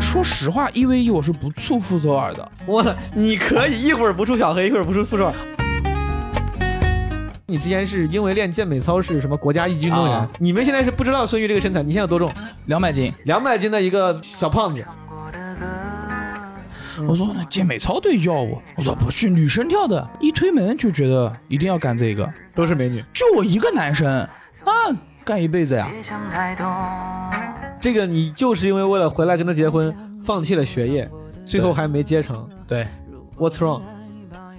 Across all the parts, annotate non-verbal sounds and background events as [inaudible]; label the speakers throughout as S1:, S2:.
S1: 说实话，一 v 一我是不怵傅首尔的。
S2: 我操，你可以一会儿不出小黑，一会儿不出副手。你之前是因为练健美操是什么国家一级运动员？
S1: 啊
S2: 你们现在是不知道孙玉这个身材，你现在有多重？
S1: 两百斤，
S2: 两百斤的一个小胖子，
S1: 我说那健美操队要我，我说不去，女生跳的，一推门就觉得一定要干这个，
S2: 都是美女。
S1: 就我一个男生啊，干一辈子呀。
S3: 别想太多。
S2: 这个你就是因为为了回来跟他结婚，放弃了学业，最后还没结成。
S1: 对，
S2: What's wrong？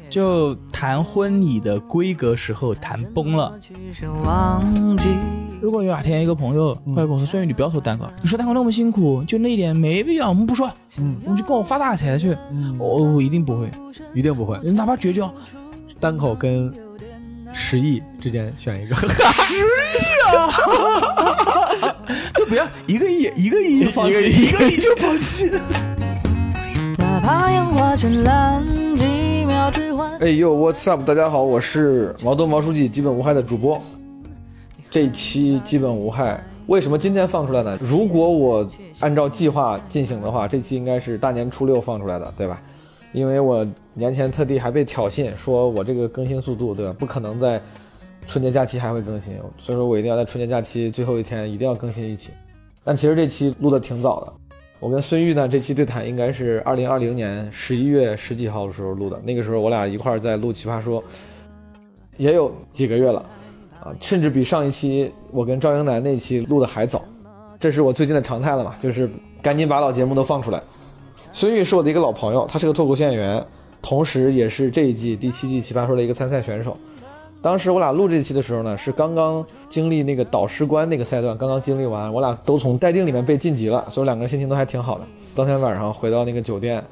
S4: 就谈婚礼的规格时候谈崩了，
S3: 其实忘记
S1: 嗯如果有哪天一个朋友过来跟我说：“孙宇，你不要说单口，你说单口那么辛苦，就那一点没必要，我们不说，
S2: 嗯
S1: 我们就跟我发大财去。”我我一定不会，
S2: 一定不会。
S1: 哪怕绝交，
S2: 单口跟十亿之间选一个，
S1: 就不要一个亿一个亿就放弃，
S2: 一
S1: 一个亿就放弃。
S3: 哪怕烟花绚烂，几秒之欢。
S5: 哎呦，What's up？大家好，我是毛豆毛书记，基本无害的主播。这一期基本无害，为什么今天放出来呢？如果我按照计划进行的话，这期应该是大年初六放出来的，对吧？因为我年前特地还被挑衅，说我这个更新速度，对吧？不可能在春节假期还会更新，所以说我一定要在春节假期最后一天一定要更新一期。但其实这期录的挺早的，我跟孙玉呢，这期对谈应该是二零二零年十一月十几号的时候录的。那个时候我俩一块儿在录《奇葩说》，也有几个月了，啊，甚至比上一期我跟赵英男那期录的还早。这是我最近的常态了嘛，就是赶紧把老节目都放出来。孙玉是我的一个老朋友，他是个脱口秀演员，同时也是这一季第七季《奇葩说》的一个参赛选手。当时我俩录这期的时候呢，是刚刚经历那个导师关那个赛段，刚刚经历完，我俩都从待定里面被晋级了，所以两个人心情都还挺好的。当天晚上回到那个酒店，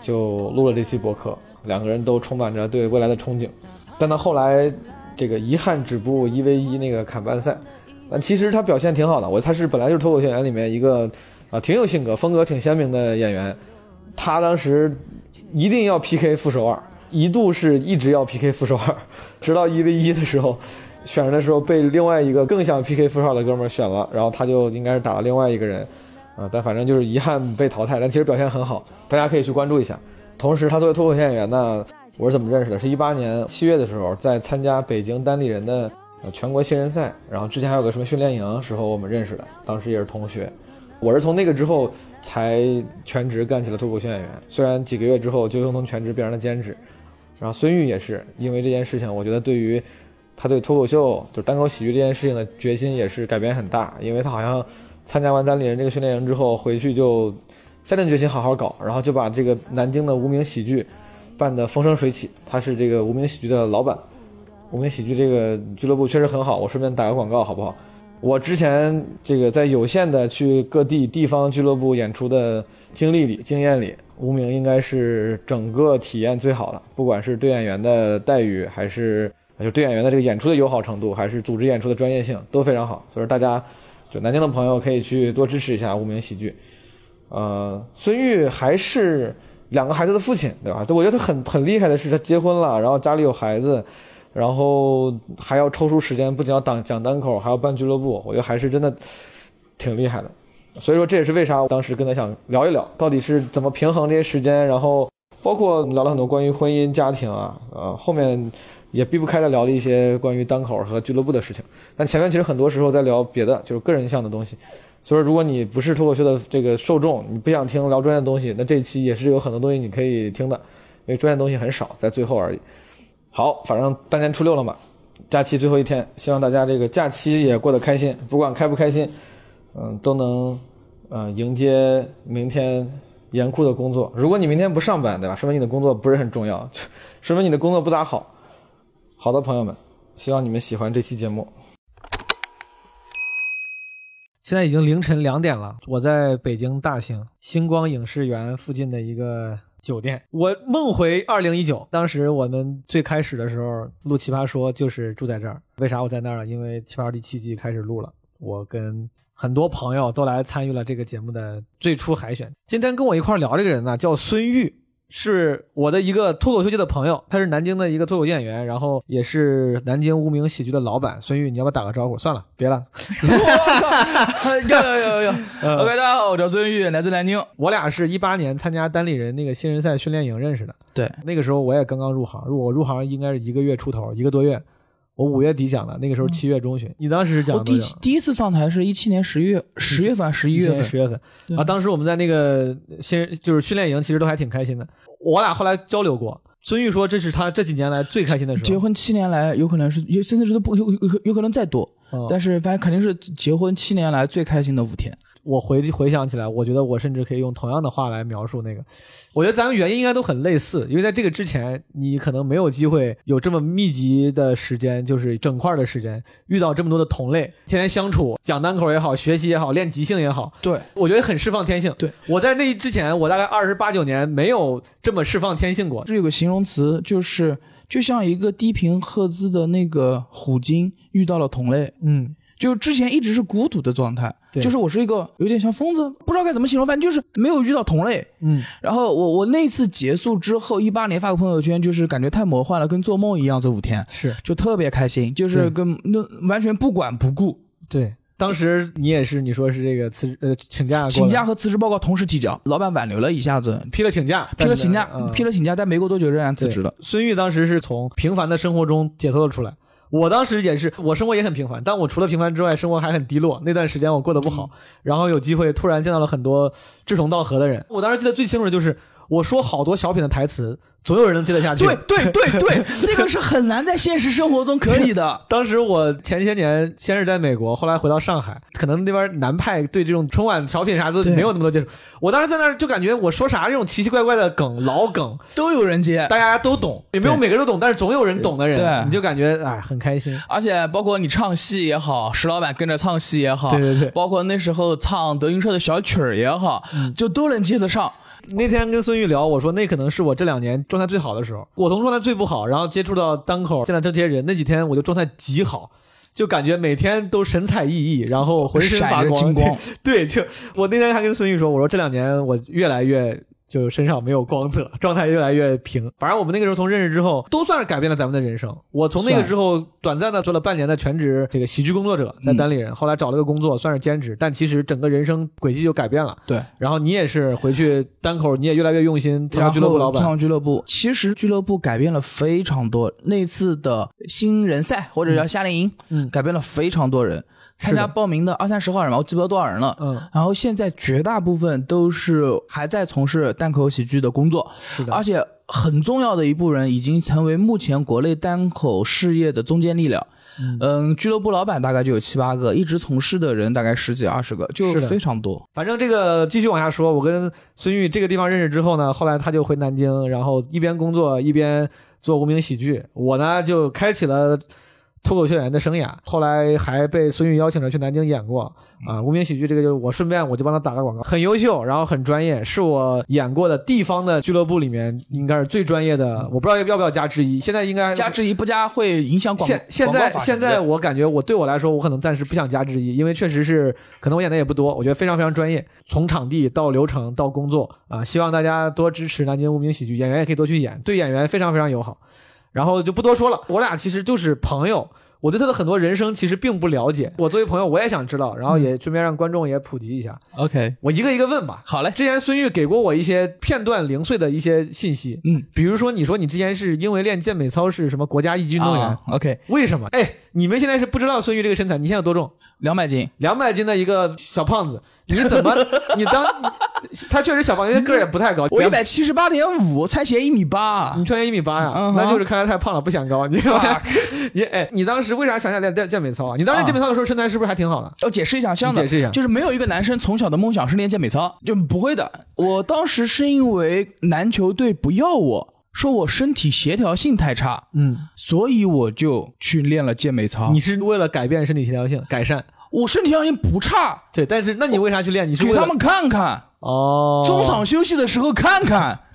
S5: 就录了这期播客，两个人都充满着对未来的憧憬。但到后来，这个遗憾止步一 v 一那个砍半赛，但其实他表现挺好的，我他是本来就是脱口秀演员里面一个啊挺有性格、风格挺鲜明的演员，他当时一定要 PK 傅首尔，一度是一直要 PK 傅首尔。直到一 v 一的时候，选人的时候被另外一个更想 PK 傅少的哥们儿选了，然后他就应该是打了另外一个人，啊、但反正就是遗憾被淘汰，但其实表现很好，大家可以去关注一下。同时，他作为脱口秀演员呢，我是怎么认识的？是一八年七月的时候，在参加北京单立人的呃全国新人赛，然后之前还有个什么训练营时候我们认识的，当时也是同学。我是从那个之后才全职干起了脱口秀演员，虽然几个月之后就又从全职变成了兼职。然后孙玉也是因为这件事情，我觉得对于他对脱口秀就是单口喜剧这件事情的决心也是改变很大，因为他好像参加完单立人这个训练营之后，回去就下定决心好好搞，然后就把这个南京的无名喜剧办得风生水起。他是这个无名喜剧的老板，无名喜剧这个俱乐部确实很好，我顺便打个广告好不好？我之前这个在有限的去各地地方俱乐部演出的经历里、经验里，无名应该是整个体验最好的，不管是对演员的待遇，还是就对演员的这个演出的友好程度，还是组织演出的专业性，都非常好。所以说大家就南京的朋友可以去多支持一下无名喜剧。呃，孙玉还是两个孩子的父亲，对吧？对，我觉得他很很厉害的是，他结婚了，然后家里有孩子，然后还要抽出时间，不仅要讲讲单口，还要办俱乐部，我觉得还是真的挺厉害的。所以说这也是为啥我当时跟他想聊一聊，到底是怎么平衡这些时间，然后啊包括我们聊了很多关于婚姻、家庭啊，呃，后面也避不开的聊了一些关于单口和俱乐部的事情。但前面其实很多时候在聊别的，就是个人向的东西。所以说，如果你不是脱口秀的这个受众，你不想听聊专业的东西，那这一期也是有很多东西你可以听的，因为专业的东西很少，在最后而已。好，反正大年初六了嘛，假期最后一天，希望大家这个假期也过得开心，不管开不开心，嗯，都能嗯、呃迎接明天严酷的工作。如果你明天不上班，对吧？说明你的工作不是很重要， [laughs] 说明你的工作不咋好。好的，朋友们，希望你们喜欢这期节目。
S2: 现在已经凌晨两点了，我在北京大兴星光影视园附近的一个酒店。我梦回二零一九，当时我们最开始的时候录《奇葩说》就是住在这儿。为啥我在那儿呢？因为《奇葩说》第七季开始录了，我跟很多朋友都来参与了这个节目的最初海选。今天跟我一块儿聊这个人呢，叫孙玉，是我的一个脱口秀界的朋友，他是南京的一个脱口秀演员，然后也是南京无名喜剧的老板。孙玉，你要不要打个招呼？算了，别了。
S1: [laughs] 有有有 [laughs] 有。OK，大家好，我叫孙玉，来自南京。
S2: 我俩是一八年参加单立人那个新人赛训练营认识的。
S1: 对，
S2: 那个时候我也刚刚入行，入我入行应该是一个月出头，一个多月。我五月底讲的，那个时候七月中旬。嗯你当时是讲
S1: 我
S2: 的
S1: 第一第一次上台是一七年十一月十月份十一月份，
S2: 十月份
S1: 对
S2: 啊，当时我们在那个新人就是训练营，其实都还挺开心的。我俩后来交流过，孙玉说这是他这几年来最开心的时
S1: 结
S2: 候。
S1: 婚七年来，有可能是有，甚至是都不有有有可能再多，
S2: 嗯
S1: 但是反正肯定是结婚七年来最开心的五天。
S2: 我回回想起来，我觉得我甚至可以用同样的话来描述那个。我觉得咱们原因应该都很类似，因为在这个之前，你可能没有机会有这么密集的时间，就是整块的时间，遇到这么多的同类，天天相处，讲单口也好，学习也好，练即兴也好，
S1: 对，
S2: 我觉得很释放天性。
S1: 对，
S2: 我在那之前，我大概二十八九年没有这么释放天性过。
S1: 这有个形容词，就是就像一个低频赫兹的那个虎鲸遇到了同类，
S2: 嗯，
S1: 就之前一直是孤独的状态，
S2: 对
S1: 就是我是一个有点像疯子，不知道该怎么形容，反正就是没有遇到同类。
S2: 嗯，
S1: 然后我我那次结束之后，一八年发个朋友圈，就是感觉太魔幻了，跟做梦一样，这五天
S2: 是
S1: 就特别开心，就是
S2: 对
S1: 跟那完全不管不顾，
S2: 对。当时你也是，你说是这个辞呃请假过来，
S1: 请假和辞职报告同时提交，老板挽留了一下子，
S2: 批了请假，嗯
S1: 批了请假，批
S2: 了
S1: 了请假，但没过多久仍然辞职了。。
S2: 对孙玉当时是从平凡的生活中解脱了出来。我当时也是，我生活也很平凡，但我除了平凡之外，生活还很低落。那段时间我过得不好，然后有机会突然见到了很多志同道合的人。我当时记得最清楚的就是，我说好多小品的台词，总有人能接得下去。
S1: 对对对 [laughs] 对，这个是很难在现实生活中可以的。
S2: 当时我前些年先是在美国，后来回到上海，可能那边南派对这种春晚小品啥的
S1: 对
S2: 没有那么多接触。我当时在那儿就感觉我说啥这种奇奇怪怪的梗、老梗，
S1: [laughs] 都有人接。
S2: 大家都懂，也没有
S1: 对
S2: 每个人都懂，但是总有人懂的
S1: 对
S2: 人，你就感觉哎很开心。
S1: 而且包括你唱戏也好，石老板跟着唱戏也好，
S2: 对对对
S1: 包括那时候唱德云社的小曲儿也好，就都能接得上。
S2: 那天跟孙玉聊，我说那可能是我这两年状态最好的时候，我从状态最不好，然后接触到单口，见到这些人，那几天我就状态极好。就感觉每天都神采奕奕，然后浑身发
S1: 闪着
S2: 光，
S1: 金光
S2: [laughs] 对，就我那天还跟孙玉说，我说这两年我越来越就身上没有光泽，状态越来越平。反正我们那个时候从认识之后，都算是改变了咱们的人生。我从那个
S1: 算
S2: 之后短暂的做了半年的全职这个喜剧工作者，在
S1: 嗯
S2: 单立人，后来找了个工作，算是兼职，但其实整个人生轨迹就改变了。
S1: 对，
S2: 然后你也是回去单口，你也越来越用心，成
S1: 然
S2: 了
S1: 后
S2: 俱乐部老
S1: 创
S2: 板。
S1: 造俱乐部，其实俱乐部改变了非常多。那次的新人赛或者叫夏令营，
S2: 嗯
S1: 改变了非常多人。参加报名的二三十号人吧，我记不得多少人了。
S2: 嗯，
S1: 然后现在绝大部分都是还在从事单口喜剧的工作，
S2: 是的，
S1: 而且很重要的一部分人已经成为目前国内单口事业的中坚力量。
S2: 嗯
S1: 嗯，俱乐部老板大概就有七八个，一直从事的人大概十几二十个，就是
S2: 的
S1: 非常多。
S2: 反正这个继续往下说，我跟孙玉这个地方认识之后呢，后来他就回南京，然后一边工作一边做无名喜剧，我呢就开启了脱口秀演员的生涯。后来还被孙玉邀请着去南京演过啊、无名喜剧这个就我顺便我就帮他打个广告，很优秀，然后很专业，是我演过的地方的俱乐部里面应该是最专业的，我不知道要不要加之一，现在应该
S1: 加之一不加会影响广
S2: 现现
S1: 广
S2: 在
S1: 告法
S2: 现在我感觉我对我来说，我可能暂时不想加之一，因为确实是可能我演的也不多，我觉得非常非常专业，从场地到流程到工作啊，希望大家多支持南京无名喜剧，演员也可以多去演，对演员非常非常友好。然后就不多说了，我俩其实就是朋友。我对他的很多人生其实并不了解，我作为朋友我也想知道，然后也顺便让观众也普及一下，
S1: OK，
S2: 我一个一个问吧。
S1: 好嘞，
S2: 之前孙玉给过我一些片段零碎的一些信息，
S1: 嗯，
S2: 比如说你说你之前是因为练健美操是什么国家一级运动员，
S1: 啊 OK，
S2: 为什么？哎，你们现在是不知道孙玉这个身材，你现在有多重？
S1: 两百斤，
S2: 两百斤的一个小胖子，你怎
S1: [laughs]
S2: 么？你当他确实小胖，因为个儿也不太高，
S1: 我一
S2: 两。
S1: 百七十八点五，穿鞋一米八
S2: 你。穿越一米八呀、
S1: 嗯哼啊
S2: 那就是看来太胖了，不想高。你 [laughs] 你哎，你当时为啥想想练练健美操啊？你当时练健美操的时候身材是不是还挺好的？
S1: 要解释一下，这样
S2: 你
S1: 的
S2: 解释一下
S1: 就是没有一个男生从小的梦想是练健美操，就不会的。我当时是因为篮球队不要我，说我身体协调性太差，
S2: 嗯，
S1: 所以我就去练了健美操。
S2: 你是为了改变身体协调性，改善
S1: 我身体条件不差，
S2: 对，但是那你为啥去练？你是
S1: 给
S2: 为了
S1: 他们看看，
S2: 哦，
S1: 中场休息的时候看看。 [laughs]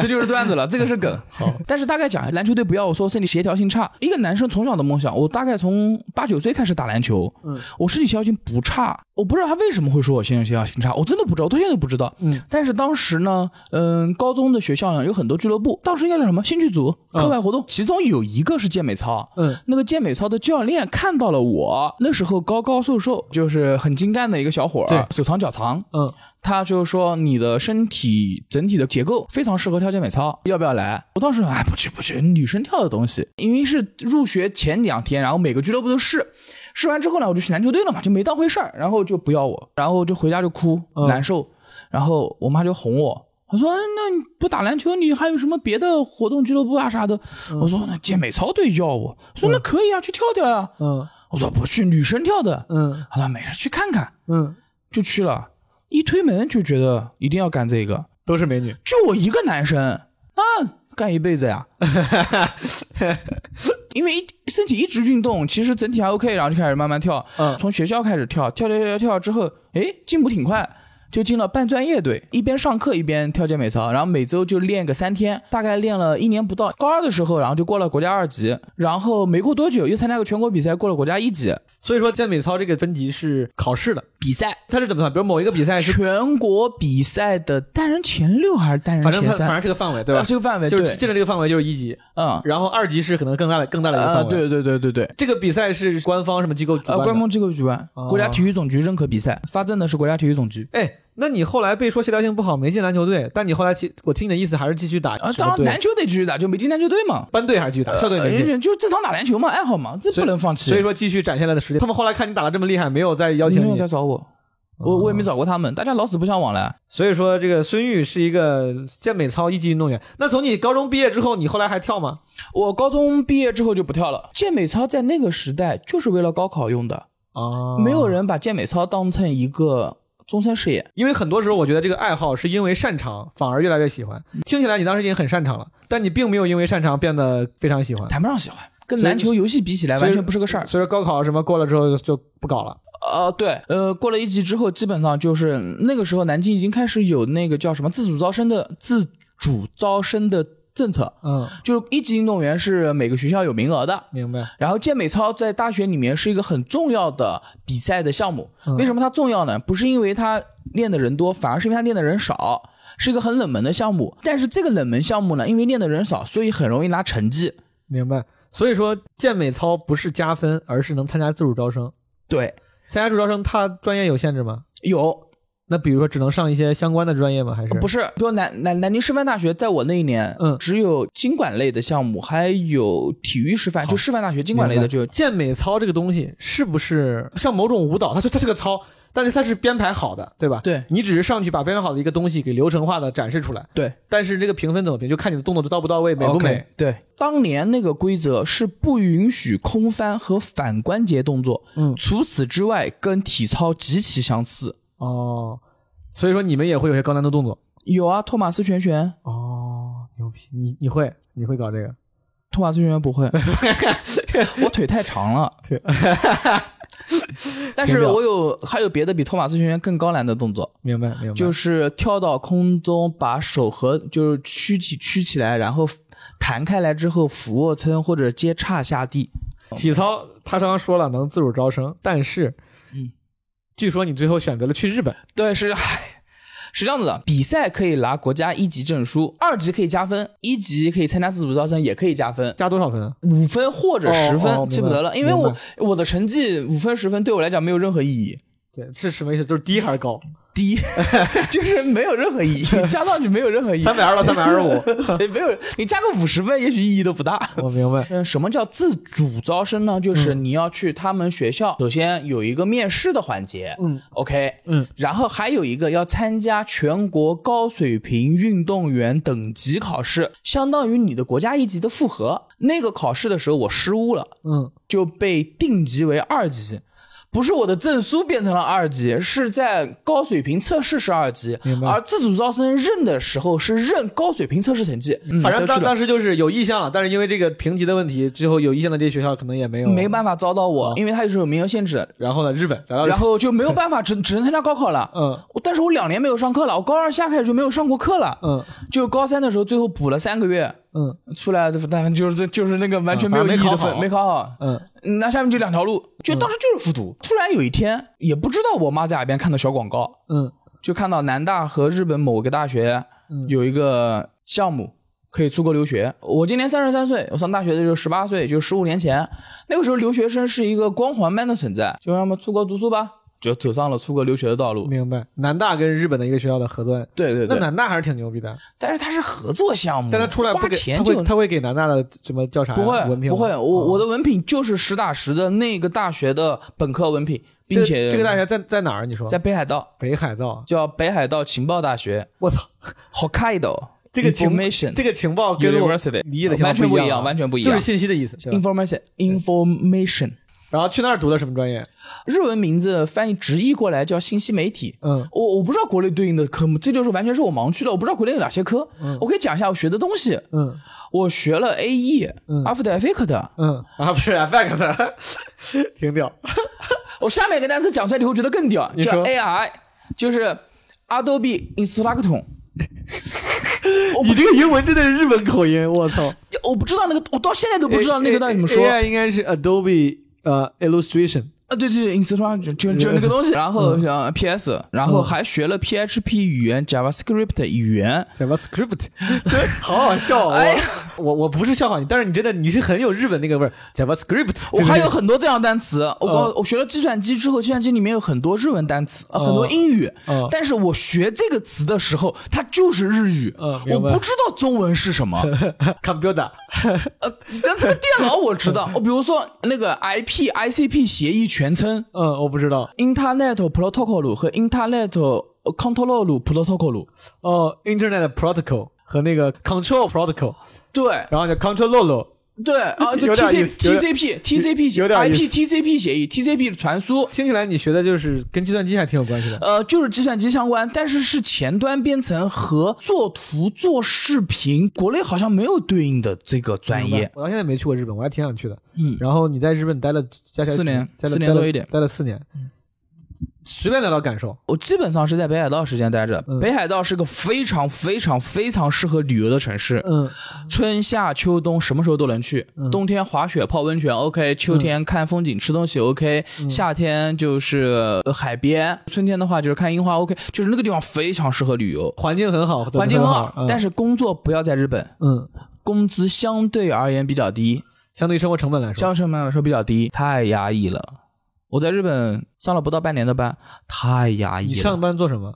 S1: 这就是段子了， [laughs] 这个是梗。好，但是大概讲，篮球队不要我说身体协调性差。一个男生从小的梦想，我大概从八九岁开始打篮球，
S2: 嗯，
S1: 我身体协调性不差，我不知道他为什么会说我先生学校行差，我真的不知道，我到现在都不知道。
S2: 嗯，
S1: 但是当时呢，嗯，高中的学校呢有很多俱乐部，当时应该叫什么兴趣组、课外活动，其中有一个是健美操。
S2: 嗯，
S1: 那个健美操的教练看到了我，那时候高高瘦瘦，就是很精干的一个小伙
S2: 对
S1: 儿，手长脚长。
S2: 嗯，
S1: 他就说你的身体整体的结构非常适合跳健美操，要不要来？我当时说哎不去不去，女生跳的东西，因为是入学前两天，然后每个俱乐部都试，试完之后呢，我就去篮球队了嘛，就没当回事儿，然后就不要我，然后就回家就哭、
S2: 嗯
S1: 难受，然后我妈就哄我。她说：“那你不打篮球，你还有什么别的活动、俱乐部啊啥的？”
S2: 嗯
S1: 我说：“那健美操队要我。”说：“那可以啊，去跳跳呀、
S2: 嗯
S1: 我说：“不去，女生跳的。
S2: 嗯
S1: 她说：“没事，去看看。”
S2: 嗯，
S1: 就去了，一推门就觉得一定要干这个，
S2: 都是美女。
S1: 就我一个男生啊，干一辈子呀。因为一身体一直运动，其实整体还 OK，然后就开始慢慢跳，
S2: 嗯
S1: 从学校开始跳，跳跳跳跳之后，诶，进步挺快，就进了半专业队，一边上课一边跳健美操，然后每周就练个三天，大概练了一年不到。高二的时候，然后就过了国家二级，然后没过多久又参加个全国比赛，过了国家一级
S2: 所以说健美操这个分级是考试的，
S1: 比赛，
S2: 它是怎么算？比如某一个比赛是，
S1: 全国比赛的单人前六还是单人
S2: 反正
S1: 前
S2: 它
S1: 三？
S2: 反正是个范围，对吧
S1: 呃？这个范围
S2: 就是
S1: 对
S2: 进了这个范围就是一级，
S1: 嗯，
S2: 然后二级是可能更大的更大的一个
S1: 啊，
S2: 范围。
S1: 对对对对对。
S2: 这个比赛是官方什么机构举办
S1: 呃，
S2: 的？
S1: 官方机构举办，
S2: 哦
S1: 国家体育总局认可比赛，发证的是国家体育总局。
S2: 哎，那你后来被说协调性不好没进篮球队，但你后来其我听你的意思还是继续打
S1: 啊，
S2: 什么
S1: 当
S2: 队
S1: 然篮球得继续打，就没进篮球队嘛，
S2: 班队还是继续打，校队
S1: 呃
S2: 没进。
S1: 就就正常打篮球嘛，爱好嘛，这
S2: 所以
S1: 不能放弃。
S2: 所以说继续展现他的实力。他们后来看你打的这么厉害，没有再邀请
S1: 没有
S2: 你哦
S1: 再，找我，我我也没找过他们，大家老死不相往来。
S2: 所以说这个孙玉是一个健美操一级运动员。那从你高中毕业之后，你后来还跳吗？
S1: 我高中毕业之后就不跳了。健美操在那个时代就是为了高考用的，
S2: 啊
S1: 没有，人把健美操当成一个终身事业。
S2: 因为很多时候我觉得这个爱好是因为擅长，反而越来越喜欢。听起来你当时已经很擅长了，但你并没有因为擅长变得非常喜欢。
S1: 谈不上喜欢，跟
S2: 所以
S1: 篮球游戏比起来
S2: 所以
S1: 完全不是个事儿。
S2: 所以说高考什么过了之后就不搞了。
S1: 呃，对，呃，过了一级之后，基本上就是那个时候南京已经开始有那个叫什么自主招生的自主招生的政策，
S2: 嗯，
S1: 就是一级运动员是每个学校有名额的。
S2: 明白。
S1: 然后健美操在大学里面是一个很重要的比赛的项目，为什么它重要呢？不是因为它练的人多，反而是因为它练的人少，是一个很冷门的项目。但是这个冷门项目呢，因为练的人少，所以很容易拿成绩。
S2: 明白。所以说，健美操不是加分，而是能参加自主招生。
S1: 对，
S2: 参加自主招生，它专业有限制吗？
S1: 有
S2: 那比如说，只能上一些相关的专业吗？还是
S1: 不是，比如南南南京师范大学，在我那一年，
S2: 嗯
S1: 只有经管类的项目，还有体育师范，就师范大学经管类
S2: 明
S1: 的
S2: 白
S1: 就有。
S2: 健美操这个东西，是不是像某种舞蹈？它就它是个操，但是它是编排好的，对吧？
S1: 对
S2: 你只是上去把编排好的一个东西给流程化的展示出来，
S1: 对，
S2: 但是这个评分怎么评，就看你的动作到不到位，美不
S1: OK，
S2: 美。
S1: 对，当年那个规则是不允许空翻和反关节动作，
S2: 嗯
S1: 除此之外，跟体操极其相似。
S2: 哦，所以说你们也会有些高难度动作。
S1: 有啊，托马斯旋旋，
S2: 哦，牛逼！你你会你会搞这个？
S1: 托马斯旋旋不
S2: [laughs]
S1: 会，我腿太长了。但
S2: 停
S1: 是
S2: 掉
S1: 我有还有别的比托马斯旋旋更高难的动作，
S2: 明白明白。
S1: 就是跳到空中，把手和就是躯体曲起来，然后弹开来之后俯卧撑或者接叉下地。
S2: 体操，他刚刚说了能自主招生，但是，
S1: 嗯，
S2: 据说你最后选择了去日本。
S1: 对，是，唉是这样子的。比赛可以拿国家一级证书，二级可以加分，一级可以参加自主招生，也可以加分。
S2: 加多少分啊？
S1: 五分或者十分，
S2: 哦哦
S1: 记不得了，
S2: 明
S1: 因
S2: 白
S1: 为我
S2: 明
S1: 我的成绩五分十分对我来讲没有任何意义，
S2: 对，是什么意思？就是低还是高？
S1: 低，就是没有任何意义，加上去没有任何意义，
S2: [laughs] 三百二到三百二十五。
S1: [laughs] 没有，你加个五十分，也许意义都不大。
S2: [laughs] 我明白。
S1: 嗯，什么叫自主招生呢？就是
S2: 嗯
S1: 你要去他们学校，首先有一个面试的环节，
S2: 嗯
S1: ，OK，
S2: 嗯，
S1: 然后还有一个要参加全国高水平运动员等级考试，相当于你的国家一级的复核。那个考试的时候我失误了，
S2: [laughs] 嗯，
S1: 就被定级为二级。不是我的证书变成了二级，是在高水平测试是二级
S2: 明，白
S1: 而自主招生认的时候是认高水平测试成绩。嗯
S2: 反正
S1: 都
S2: 当
S1: 去了
S2: 当时就是有意向了，但是因为这个评级的问题，最后有意向的这些学校可能也没有。
S1: 没办法招到
S2: 哦
S1: 我，因为它也是有名额限制，
S2: 然后呢，日本，然后
S1: 然后就没有办法，只 [laughs] 只能参加高考了。
S2: 哦嗯
S1: 我但是我两年没有上课了，我高二下开始就没有上过课了，
S2: 嗯，
S1: 就高三的时候最后补了三个月，
S2: 嗯
S1: 出来的但就是这就是那个完全没有
S2: 嗯
S1: 意
S2: 反
S1: 义
S2: 正没
S1: 的
S2: 考好
S1: 分，没考好。
S2: 嗯
S1: 那下面就两条路，就当时就是复读。突然有一天，也不知道我妈在哪边看到小广告，
S2: 嗯
S1: 就看到南大和日本某个大学
S2: 嗯
S1: 有一个项目可以出国留学。我今年三十三岁，我上大学的时候十八岁，就十五年前。那个时候留学生是一个光环般的存在，就让他们出国读书吧，就走上了出国留学的道路。
S2: 明白。南大跟日本的一个学校的合作，
S1: 对对
S2: 那
S1: 对，嗯
S2: 南大还是挺牛逼的，
S1: 但是它是合作项目，
S2: 但他出来不
S1: 花
S2: 给，
S1: 钱
S2: 他
S1: 就
S2: 会他会给南大的什么叫啥呀
S1: 不会
S2: 文凭吗？
S1: 不会，啊我
S2: 哦
S1: 我的文凭就是实打实的那个大学的本科文凭，并且
S2: 这这个大学在在哪儿？你说
S1: 在北海道，
S2: 北海道？啊
S1: 叫北海道情报大学
S2: 我操，
S1: （Hokkaido
S2: 这个情
S1: Information
S2: 这个情报跟我
S1: University
S2: 理解的情报
S1: 完全不
S2: 一
S1: 一
S2: 样啊，
S1: 样完全不一样
S2: 就是信息的意思。是吧
S1: Information Information），
S2: 然后去那儿读的什么专业？
S1: 日文名字翻译直译过来叫信息媒体。
S2: 嗯
S1: 我我不知道国内对应的科目，这就是完全是我盲区了。我不知道国内有哪些科，我可以讲一下我学的东西。
S2: 嗯
S1: 我学了 AE、
S2: 嗯
S1: After Effects，
S2: 嗯啊，不是 effect，挺屌。
S1: 我下面一个单词讲出来你会觉得更屌，
S2: 说
S1: 叫 AI，就是 Adobe Instructor。
S2: 你这个英文真的是日本口音，我操！
S1: 我不知道那个，我到现在都不知道那个到底怎么说。
S2: AI 应该是 Adobe 呃 Illustration。
S1: 啊，对对对，Instructor 就就就那个东西。然
S2: 嗯
S1: 后像 PS，然后还学了 PHP 语言、JavaScript 语言。
S2: JavaScript，对， [laughs] 好好笑。啊我
S1: 哎
S2: 我我不是笑话你，但是你真的你是很有日本那个味儿。JavaScript，
S1: 我还有
S2: 就是
S1: 很多这样的单词，我告我学了计算机之后，计算机里面有很多日文单词，呃
S2: 嗯
S1: 很多英语
S2: 嗯，
S1: 但是我学这个词的时候，它就是日语，
S2: 嗯明
S1: 我
S2: 白
S1: 不知道中文是什
S2: [laughs]
S1: 么。
S2: computer，
S1: 呃，但这个电脑我知道，我哦比如说那个 IP ICP 协议全称
S2: 嗯，我不知道。
S1: Internet Protocol 和 Internet Control Protocol，
S2: 哦，Internet Protocol 和那个 Control Protocol，
S1: 对
S2: 然后叫 Control Lolo，
S1: 对啊，就
S2: 有点意
S1: TC
S2: 思有点
S1: TCP TCP
S2: 有点意思
S1: IP TCP 协议 TCP 传输，
S2: 听起来你学的就是跟计算机还挺有关系的。
S1: 呃，就是计算机相关，但是是前端编程和做图、做视频，国内好像没有对应的这个专
S2: 明
S1: 业
S2: 白。我到现在没去过日本，我还挺想去的。
S1: 哎嗯
S2: 然后你在日本待了加起来
S1: 四年
S2: 待了
S1: 四年多一点嗯
S2: 待了待了四年。随便聊聊感受，
S1: 我基本上是在北海道时间待着。
S2: 嗯
S1: 北海道是个非常非常非常适合旅游的城市，
S2: 嗯，
S1: 春夏秋冬什么时候都能去。
S2: 嗯
S1: 冬天滑雪、泡温泉 OK，秋天看风景、吃东西 OK，、夏
S2: 嗯
S1: 天就是呃海边，春天的话就是看樱花 OK，就是那个地方非常适合旅游，
S2: 环境很好，嗯
S1: 环境
S2: 很
S1: 很好，但
S2: 是
S1: 是工作不要在日本，
S2: 嗯，
S1: 工资相对而言比较低。
S2: 相对于生活成本来说，
S1: 教授们来说比较低，太压抑了。我在日本上了不到半年的班，太压
S2: 你
S1: 抑了。
S2: 上班做什么？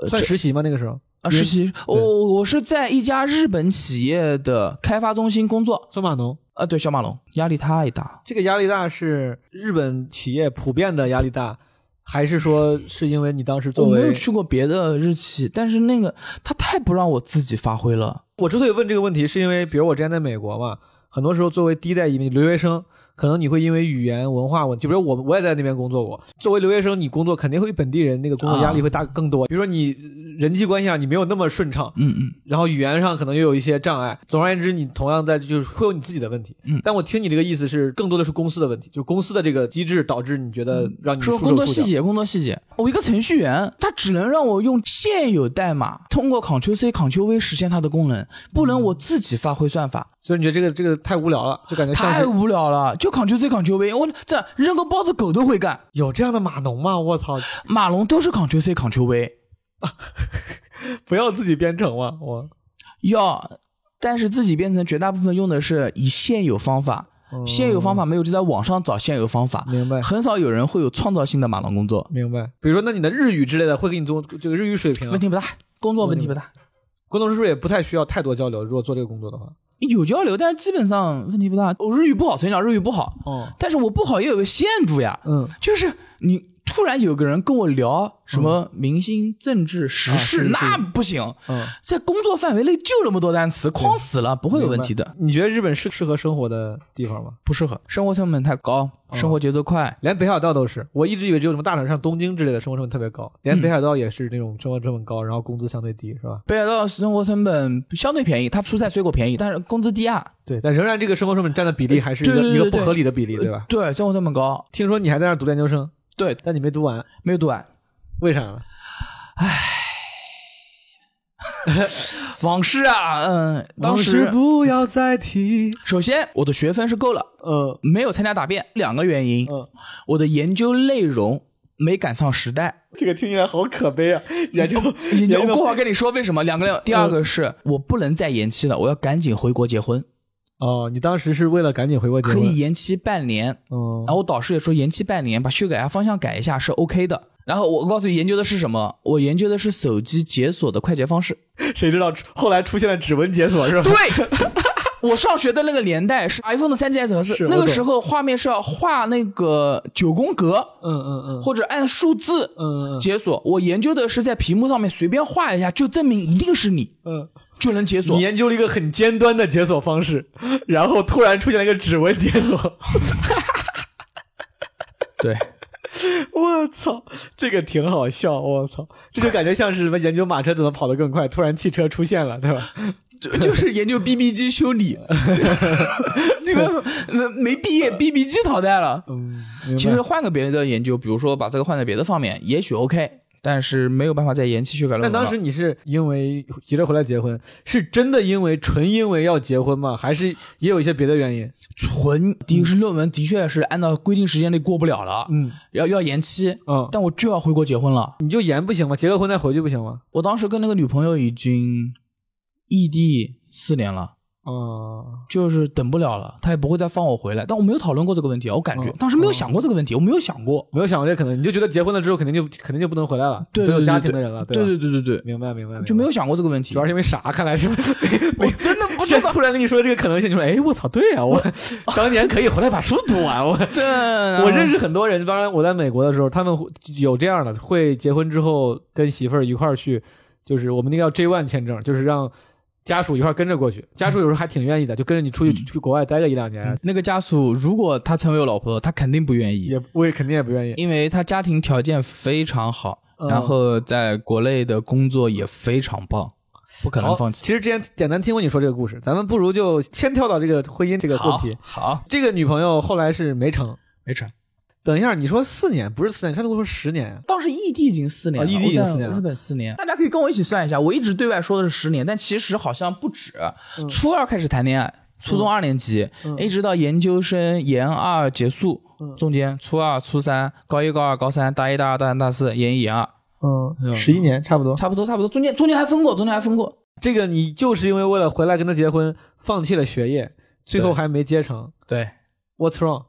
S1: 呃
S2: 算实习吗？那个时候
S1: 啊，实习，我、我是在一家日本企业的开发中心工作。
S2: 做码农，
S1: 啊，对，小马龙压力太大，
S2: 这个压力大是日本企业普遍的压力大，还是说是因为你当时
S1: 我
S2: 作
S1: 没
S2: 为
S1: 有去过别的日企，但是那个他太不让我自己发挥了。
S2: 我之所以问这个问题，是因为比如我之前在美国嘛，很多时候作为第一代移民留学生，可能你会因为语言文化问题，就比如我我也在那边工作过，作为留学生，你工作肯定会比本地人那个工作压
S1: 啊
S2: 力会大更多。比如说你呃人际关系上你没有那么顺畅，
S1: 嗯嗯，
S2: 然后语言上可能又有一些障碍。总而言之，你同样在就是会有你自己的问题。
S1: 嗯
S2: 但我听你这个意思是更多的是公司的问题，就是公司的这个机制导致你觉得让你束
S1: 嗯说
S2: 手
S1: 工作
S2: 束
S1: 细
S2: 脚。
S1: 节，工作细节。我一个程序员，他只能让我用现有代码通过 Ctrl C、Ctrl V 实现它的功能，不
S2: 嗯
S1: 能我自己发挥算法。
S2: 所以你觉得这个这个太无聊了，就感觉像
S1: 太
S2: 是
S1: 无聊了，就 Ctrl C Ctrl V，我这扔个包子狗都会干，
S2: 有这样的码农吗？我操！
S1: 马龙都是 Ctrl C Ctrl V，
S2: 不要自己编程嘛，我。
S1: 要，但是自己编程绝大部分用的是以现有方法，
S2: 嗯
S1: 现有方法没有就在网上找现有方法，
S2: 明白
S1: 很少有人会有创造性的马龙工作，
S2: 明白。比如说，那你的日语之类的会给你做这个日语水平、啊
S1: 问，题不大，工作问题不大，
S2: 工作是不是也不太需要太多交流？如果做这个工作的话，
S1: 有交流，但是基本上问题不大。我日语不好，从小日语不好，
S2: 哦，
S1: 但是我不好也有个限度呀，
S2: 嗯，
S1: 就是你突然有个人跟我聊什么明星、政治、时
S2: 嗯啊是
S1: 事，
S2: 是
S1: 那不行。
S2: 嗯，
S1: 在工作范围内就那么多单词，框死了，不会有问题的。
S2: 明白。你觉得日本是适合生活的地方吗？
S1: 不适合，生活成本太高，
S2: 嗯
S1: 生活节奏快。
S2: 连北海道都是，我一直以为只有什么大城市，像东京之类的生活成本特别高，连
S1: 嗯
S2: 北海道也是那种生活成本高，然后工资相对低，是吧？
S1: 北海道生活成本相对便宜，它蔬菜水果便宜，但是工资低啊。
S2: 对，但仍然这个生活成本占的比例还是一个
S1: 呃对对对
S2: 一个
S1: 对
S2: 不
S1: 对
S2: 合理的比例，对吧？
S1: 呃对，生活成本高。
S2: 听说你还在那儿读研究生，
S1: 对，
S2: 但你没读完，
S1: 没有读完。
S2: 为啥呢？
S1: 往事啊，嗯，当
S2: 往
S1: 时
S2: 事不要再 [laughs] 提。
S1: 首先我的学分是够了，
S2: 呃，
S1: 没有参加答辩，两个原因，
S2: 嗯
S1: 我的研究内容没赶上时代，
S2: 这个听起来好可悲啊！研究
S1: 你
S2: 研
S1: 我
S2: 究
S1: 哦过会儿跟你说为什么。两个人，第二个是、我不能再延期了，我要赶紧回国结婚，
S2: 哦，你当时是为了赶紧回国结
S1: 可
S2: 婚？
S1: 以延期半年。
S2: 哦，
S1: 然后我导师也说延期半年，把修改啊下方向改一下是 OK 的。然后我告诉你研究的是什么，我研究的是手机解锁的快捷方式。
S2: 谁知道出后来出现了指纹解锁是吧？
S1: 对。 [laughs] 我上学的那个年代是 iPhone 的 3GS 和
S2: 是
S1: 4，
S2: 我
S1: 那个
S2: 懂
S1: 时候画面是要画那个九宫格
S2: 嗯嗯嗯
S1: 或者按数字
S2: 嗯嗯
S1: 解锁。我研究的是在屏幕上面随便画一下，就证明一定是你
S2: 嗯，
S1: 就能解锁
S2: 你。研究了一个很尖端的解锁方式， [laughs] 然后突然出现了一个指纹解锁， [laughs]
S1: 对，
S2: 我操，这个挺好笑，我操，这就感觉像是什么研究马车怎么跑得更快，突然汽车出现了， [laughs] 对吧？
S1: 就就是研究 BB 机修
S2: [laughs]
S1: 理，这个呃没毕业 BB 机淘汰了。
S2: 嗯，
S1: 其实换个别的研究，比如说把这个换在别的方面，也许 OK，但是没有办法再延期修改论
S2: 但
S1: 文了。
S2: 当时你是因为急着回来结婚，是真的因为纯因为要结婚吗？还是也有一些别的原因？
S1: 纯，第一个是论文的确是按照规定时间内过不了了，
S2: 嗯
S1: 要要延期，
S2: 嗯，
S1: 但我就要回国结婚了。
S2: 你就延不行吗？结个婚再回去不行吗？
S1: 我当时跟那个女朋友已经异地四年了。
S2: 哦，
S1: 就是等不了了，她也不会再放我回来。但我没有讨论过这个问题啊，我感觉、
S2: 嗯
S1: 当时没有想过这个问题，我没有想过。
S2: 没有想过这可能，你就觉得结婚了之后肯定就肯定就不能回来了，
S1: 对对
S2: 都有
S1: 对
S2: 家庭的人了，
S1: 对
S2: 吧
S1: 对对对对，
S2: 明白明白，明白
S1: 就没有想过这个问题。 [laughs]
S2: 主要是因为傻，看来是没
S1: 真的不
S2: 不知 [laughs] 道。突然跟你说这个可能性，你说哎，我操，对啊， [laughs] 我当年可以回来把书读完，我。
S1: [laughs] 的
S2: 我认识很多人，当然我在美国的时候，他们会有这样的，会结婚之后跟媳妇儿一块儿去，就是我们那个叫 J one 签证，就是让家属一块儿跟着过去。家属有时候还挺愿意的，就跟着你出去、去国外待个一两年，
S1: 那个家属，如果他成为我老婆，他肯定不愿意，
S2: 也我也肯定也不愿意。
S1: 因为他家庭条件非常好，
S2: 嗯
S1: 然后在国内的工作也非常棒，不可能
S2: 好
S1: 放弃。
S2: 其实之前简单听过你说这个故事，咱们不如就先跳到这个婚姻这个问
S1: 好
S2: 题。，
S1: 好，
S2: 这个女朋友后来是没成。
S1: 没成。
S2: 等一下，你说四年不是四年，上次跟我说十年啊。
S1: 当时异地已经四年了，
S2: 哦异地已经
S1: 我在
S2: 四年了
S1: 日本四年。大家可以跟我一起算一下，我一直对外说的是十年，但其实好像不止。初二开始谈恋爱，初中二年级，一直到研究生研二结束，中间初二、初三、高一、高二、高三、大一、大二、大三、大四，研一、研二，
S2: 嗯，十一年差不多。
S1: 差不多，差不多。中间中间还分过，中间还分过。
S2: 这个你就是因为为了回来跟他结婚，放弃了学业，最后还没结成。
S1: 对，
S2: What's wrong？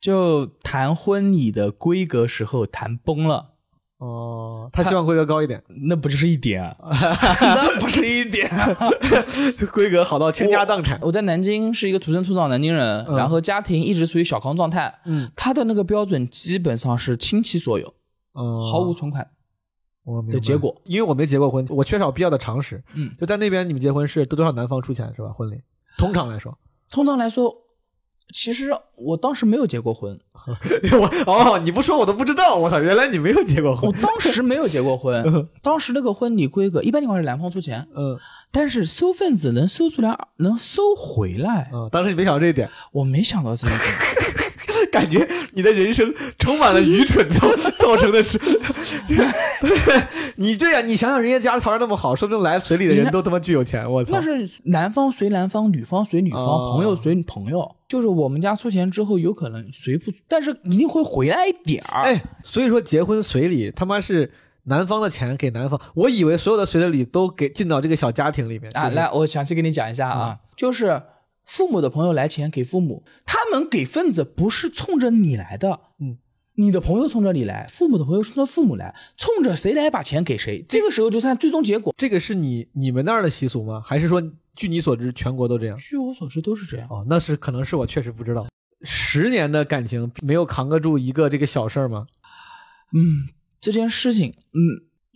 S1: 就谈婚礼的规格时候谈崩了，
S2: 哦，他希望规格高一点，
S1: 那不就是一点啊？ [laughs] 那不是一点、
S2: [laughs]
S1: 啊
S2: 规格好到倾家荡产。
S1: 我在南京是一个土生土长的南京人，
S2: 嗯
S1: 然后家庭一直处于小康状态。
S2: 嗯，
S1: 他的那个标准基本上是倾其所有，
S2: 哦
S1: 毫无存款。
S2: 我明白
S1: 的结果，
S2: 因为我没结过婚，我缺少必要的常识。
S1: 嗯，
S2: 就在那边，你们结婚是都多少男方出钱是吧？婚礼通常来说，
S1: 通常来说，其实我当时没有结过婚，
S2: 我 [laughs] 哦，你不说我都不知道。我操，原来你没有结过
S1: 我
S2: 婚。
S1: 当时没有结过婚。当时那个婚礼规格，一般情况是男方出钱，
S2: 嗯
S1: 但是收份子能收出来，能收回来。
S2: 嗯，当时你没想到这一点，
S1: 我没想到这
S2: [laughs]
S1: 一点，
S2: 感觉你的人生充满了愚
S1: [laughs]
S2: 蠢造造成的事。 [laughs] 你对呀、你想想人家家里条件那么好，说不定来随礼的人都他妈巨有钱，我操！
S1: 那是男方随男方，女方随女方，
S2: 哦
S1: 朋友随朋友。就是我们家出钱之后，有可能随不，但是一定会回来一点儿。
S2: 哎，所以说结婚随礼他妈是男方的钱给男方，我以为所有的随的礼都给进到这个小家庭里面
S1: 啊，来，，我详细跟你讲一下啊，就是父母的朋友来钱给父母，他们给份子不是冲着你来的，
S2: 嗯，
S1: 你的朋友冲着你来，父母的朋友冲着父母来，冲着谁来把钱给谁，这个时候就算最终结果。
S2: 这个是你你们那儿的习俗吗？还是说据你所知全国都这样？
S1: 据我所知都是这样，
S2: 哦，那是可能是我确实不知道。十年的感情没有扛得住一个这个小事儿吗？
S1: 嗯，这件事情，嗯，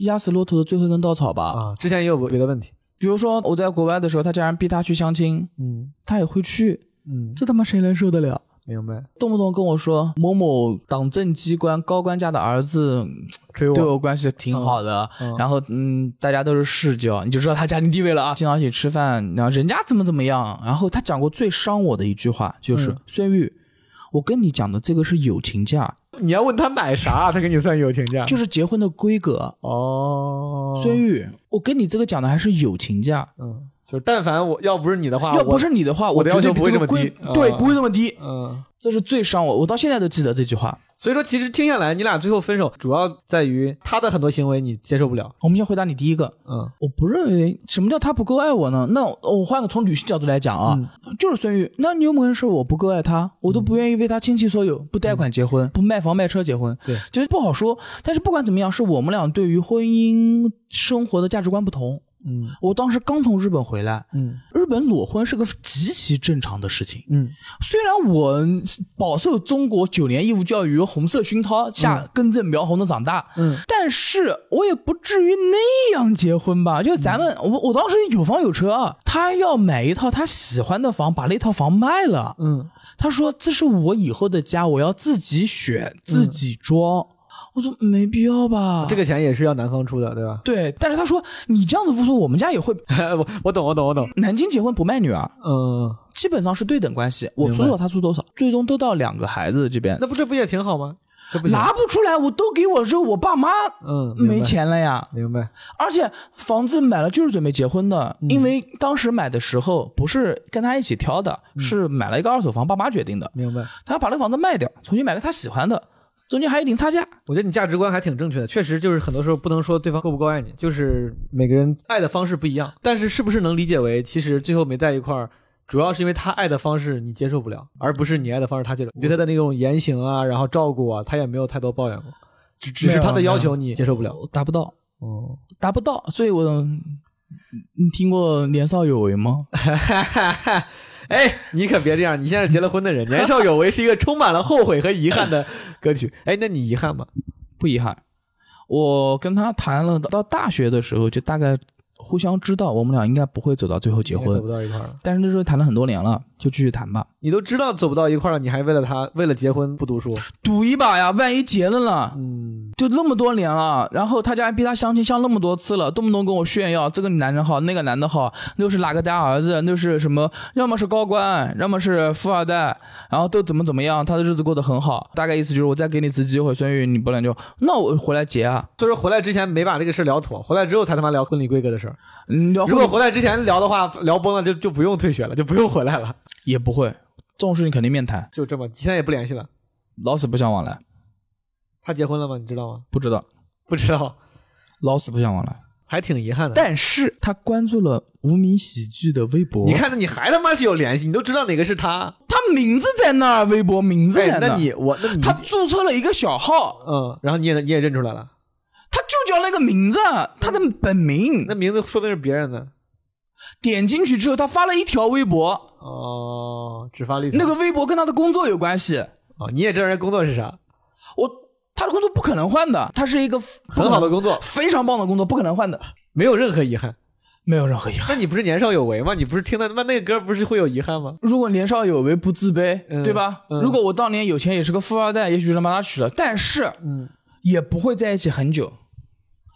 S1: 压死骆驼的最后一根稻草吧。
S2: 啊，之前也有别的问题。
S1: 比如说我在国外的时候，他家人逼他去相亲，
S2: 嗯
S1: 他也会去，
S2: 嗯，
S1: 这他妈谁能受得了？
S2: 明白。
S1: 动不动跟我说某某党政机关高官家的儿子
S2: 追
S1: 对我关系挺好的，
S2: 嗯
S1: 然后嗯，大家都是世交，你就知道他家庭地位了啊。经常一起吃饭，然后人家怎么怎么样，然后他讲过最伤我的一句话就是、
S2: 嗯
S1: 孙玉，我跟你讲的这个是友情价，
S2: 你要问他买啥，他给你算友情价。
S1: 就是结婚的规格。
S2: 哦，
S1: 孙玉，我跟你这个讲的还是友情价，
S2: 嗯，就是但凡我要不是你的话，
S1: 要不
S2: 我
S1: 是你啊的话，
S2: 我的
S1: 绝
S2: 要
S1: 对
S2: 求
S1: 比
S2: 不会
S1: 这个
S2: 这么
S1: 规
S2: 低啊
S1: 对，不会这么低。
S2: 嗯，
S1: 这是最伤我，我到现在都记得这句话。
S2: 所以说其实听下来，你俩最后分手主要在于他的很多行为你接受不了。
S1: 我们先回答你第一个，
S2: 嗯
S1: 我不认为什么叫他不够爱我呢？那我我换个从女性角度来讲啊，就是孙玉，那你有没有说我不够爱他？我都不愿意为他倾其所有，不贷款结婚，不卖房卖车结婚，
S2: 对，
S1: 就是不好说。但是不管怎么样，是我们俩对于婚姻生活的价值观不同。
S2: 嗯
S1: 我当时刚从日本回来，
S2: 嗯
S1: 日本裸婚是个极其正常的事情。
S2: 嗯
S1: 虽然我饱受中国九年义务教育红色熏陶下根正苗红的长大，
S2: 嗯
S1: 但是我也不至于那样结婚吧？就咱
S2: 嗯
S1: 们，我我当时有房有车啊，他要买一套他喜欢的房，把那套房卖了。
S2: 嗯，
S1: 他说这是我以后的家，我要自己选，自己装。我说没必要吧，
S2: 这个钱也是要男方出的，对吧？ [laughs]
S1: 对。但是他说你这样子付出，我们家也会。
S2: 我我懂，我懂，我懂。
S1: 南京结婚不卖女儿，
S2: 嗯，
S1: 基本上是对等关系，我
S2: 明
S1: 出
S2: 白
S1: 多少他出多少，最终都到两个孩子这边。
S2: 那不这不也挺好吗？这不行
S1: 拿不出来，我都给我了之后，我爸妈
S2: 嗯，明白
S1: 没，钱了呀。
S2: 明白。
S1: 而且房子买了就是准备结婚的，
S2: 嗯
S1: 因为当时买的时候不是跟他一起挑的，
S2: 嗯
S1: 是买了一个二手房，爸妈决定的。
S2: 明白，
S1: 他把那房子卖掉，重新买个他喜欢的，中间还有一点差价。
S2: 我觉得你价值观还挺正确的，确实就是很多时候不能说对方够不够爱你，就是每个人爱的方式不一样。但是是不是能理解为，其实最后没在一块儿，主要是因为他爱的方式你接受不了，而不是你爱的方式他接受。你对他的那种言行啊，然后照顾啊，他也没有太多抱怨过，只只是他的要求你接受不了。
S1: 我达不到，
S2: 哦， [laughs]
S1: 达不到，所以我嗯你听过年少有为吗？ [laughs]
S2: 哎，你可别这样，你现在是结了婚的人，《年少有为》是一个充满了后悔和遗憾的歌曲。哎，那你遗憾吗？
S1: 不遗憾，我跟他谈了到大学的时候，就大概互相知道我们俩应该不会走到最后结
S2: 应该走
S1: 婚
S2: 不，到一块儿了。
S1: 但是那时候谈了很多年了，就继续谈吧。
S2: 你都知道走不到一块儿了，你还为了他，为了结婚不读书？
S1: 赌一把呀，万一结了呢？
S2: 嗯，
S1: 就那么多年了，然后他家逼他相亲相那么多次了，动不动跟我炫耀这个男人好，那个男的好，又是哪个家儿子，又是什么，要么是高官，要么是富二代，然后都怎么怎么样，他的日子过得很好。大概意思就是我再给你一次机会，孙玉，你不能就那我回来结啊。
S2: 就是回来之前没把这个事儿聊妥，回来之后才他妈聊婚礼规格的事儿。
S1: 嗯，聊
S2: 如果
S1: 婚
S2: 回来之前聊的话，聊崩了就就不用退学了，就不用回来了， [laughs]
S1: 也不会，这种事情肯定面谈，
S2: 就这么。现在也不联系了。
S1: 老死不相往来。
S2: 他结婚了吗？你知道吗？
S1: 不知道，
S2: 不知道，
S1: 老死不相往来。
S2: 还挺遗憾的。
S1: 但是他关注了无名喜剧的微博，
S2: 你看，那你还他妈是有联系，你都知道哪个是他。
S1: 他名字在那儿，微博名字在
S2: 哎，
S1: 那儿。
S2: 那你我那你
S1: 他注册了一个小号，
S2: 嗯，然后你也你也认出来了，
S1: 他就叫那个名字，他的本名
S2: 那。名字说不定是别人的。
S1: 点进去之后，他发了一条微博，
S2: 哦，只发了一条
S1: 那个微博跟他的工作有关系。
S2: 哦，你也知道人家工作是啥，
S1: 我他的工作不可能换的，他是一个
S2: 很好的工作，
S1: 非常棒的工作，不可能换的，
S2: 没有任何遗憾。
S1: 没有任何遗憾。
S2: 那你不是年少有为吗？你不是听的那那个歌不是会有遗憾吗？
S1: 如果年少有为不自卑，
S2: 嗯
S1: 对吧？
S2: 嗯
S1: 如果我当年有钱，也是个富二代，也许能把他娶了，但是
S2: 嗯，
S1: 也不会在一起很久。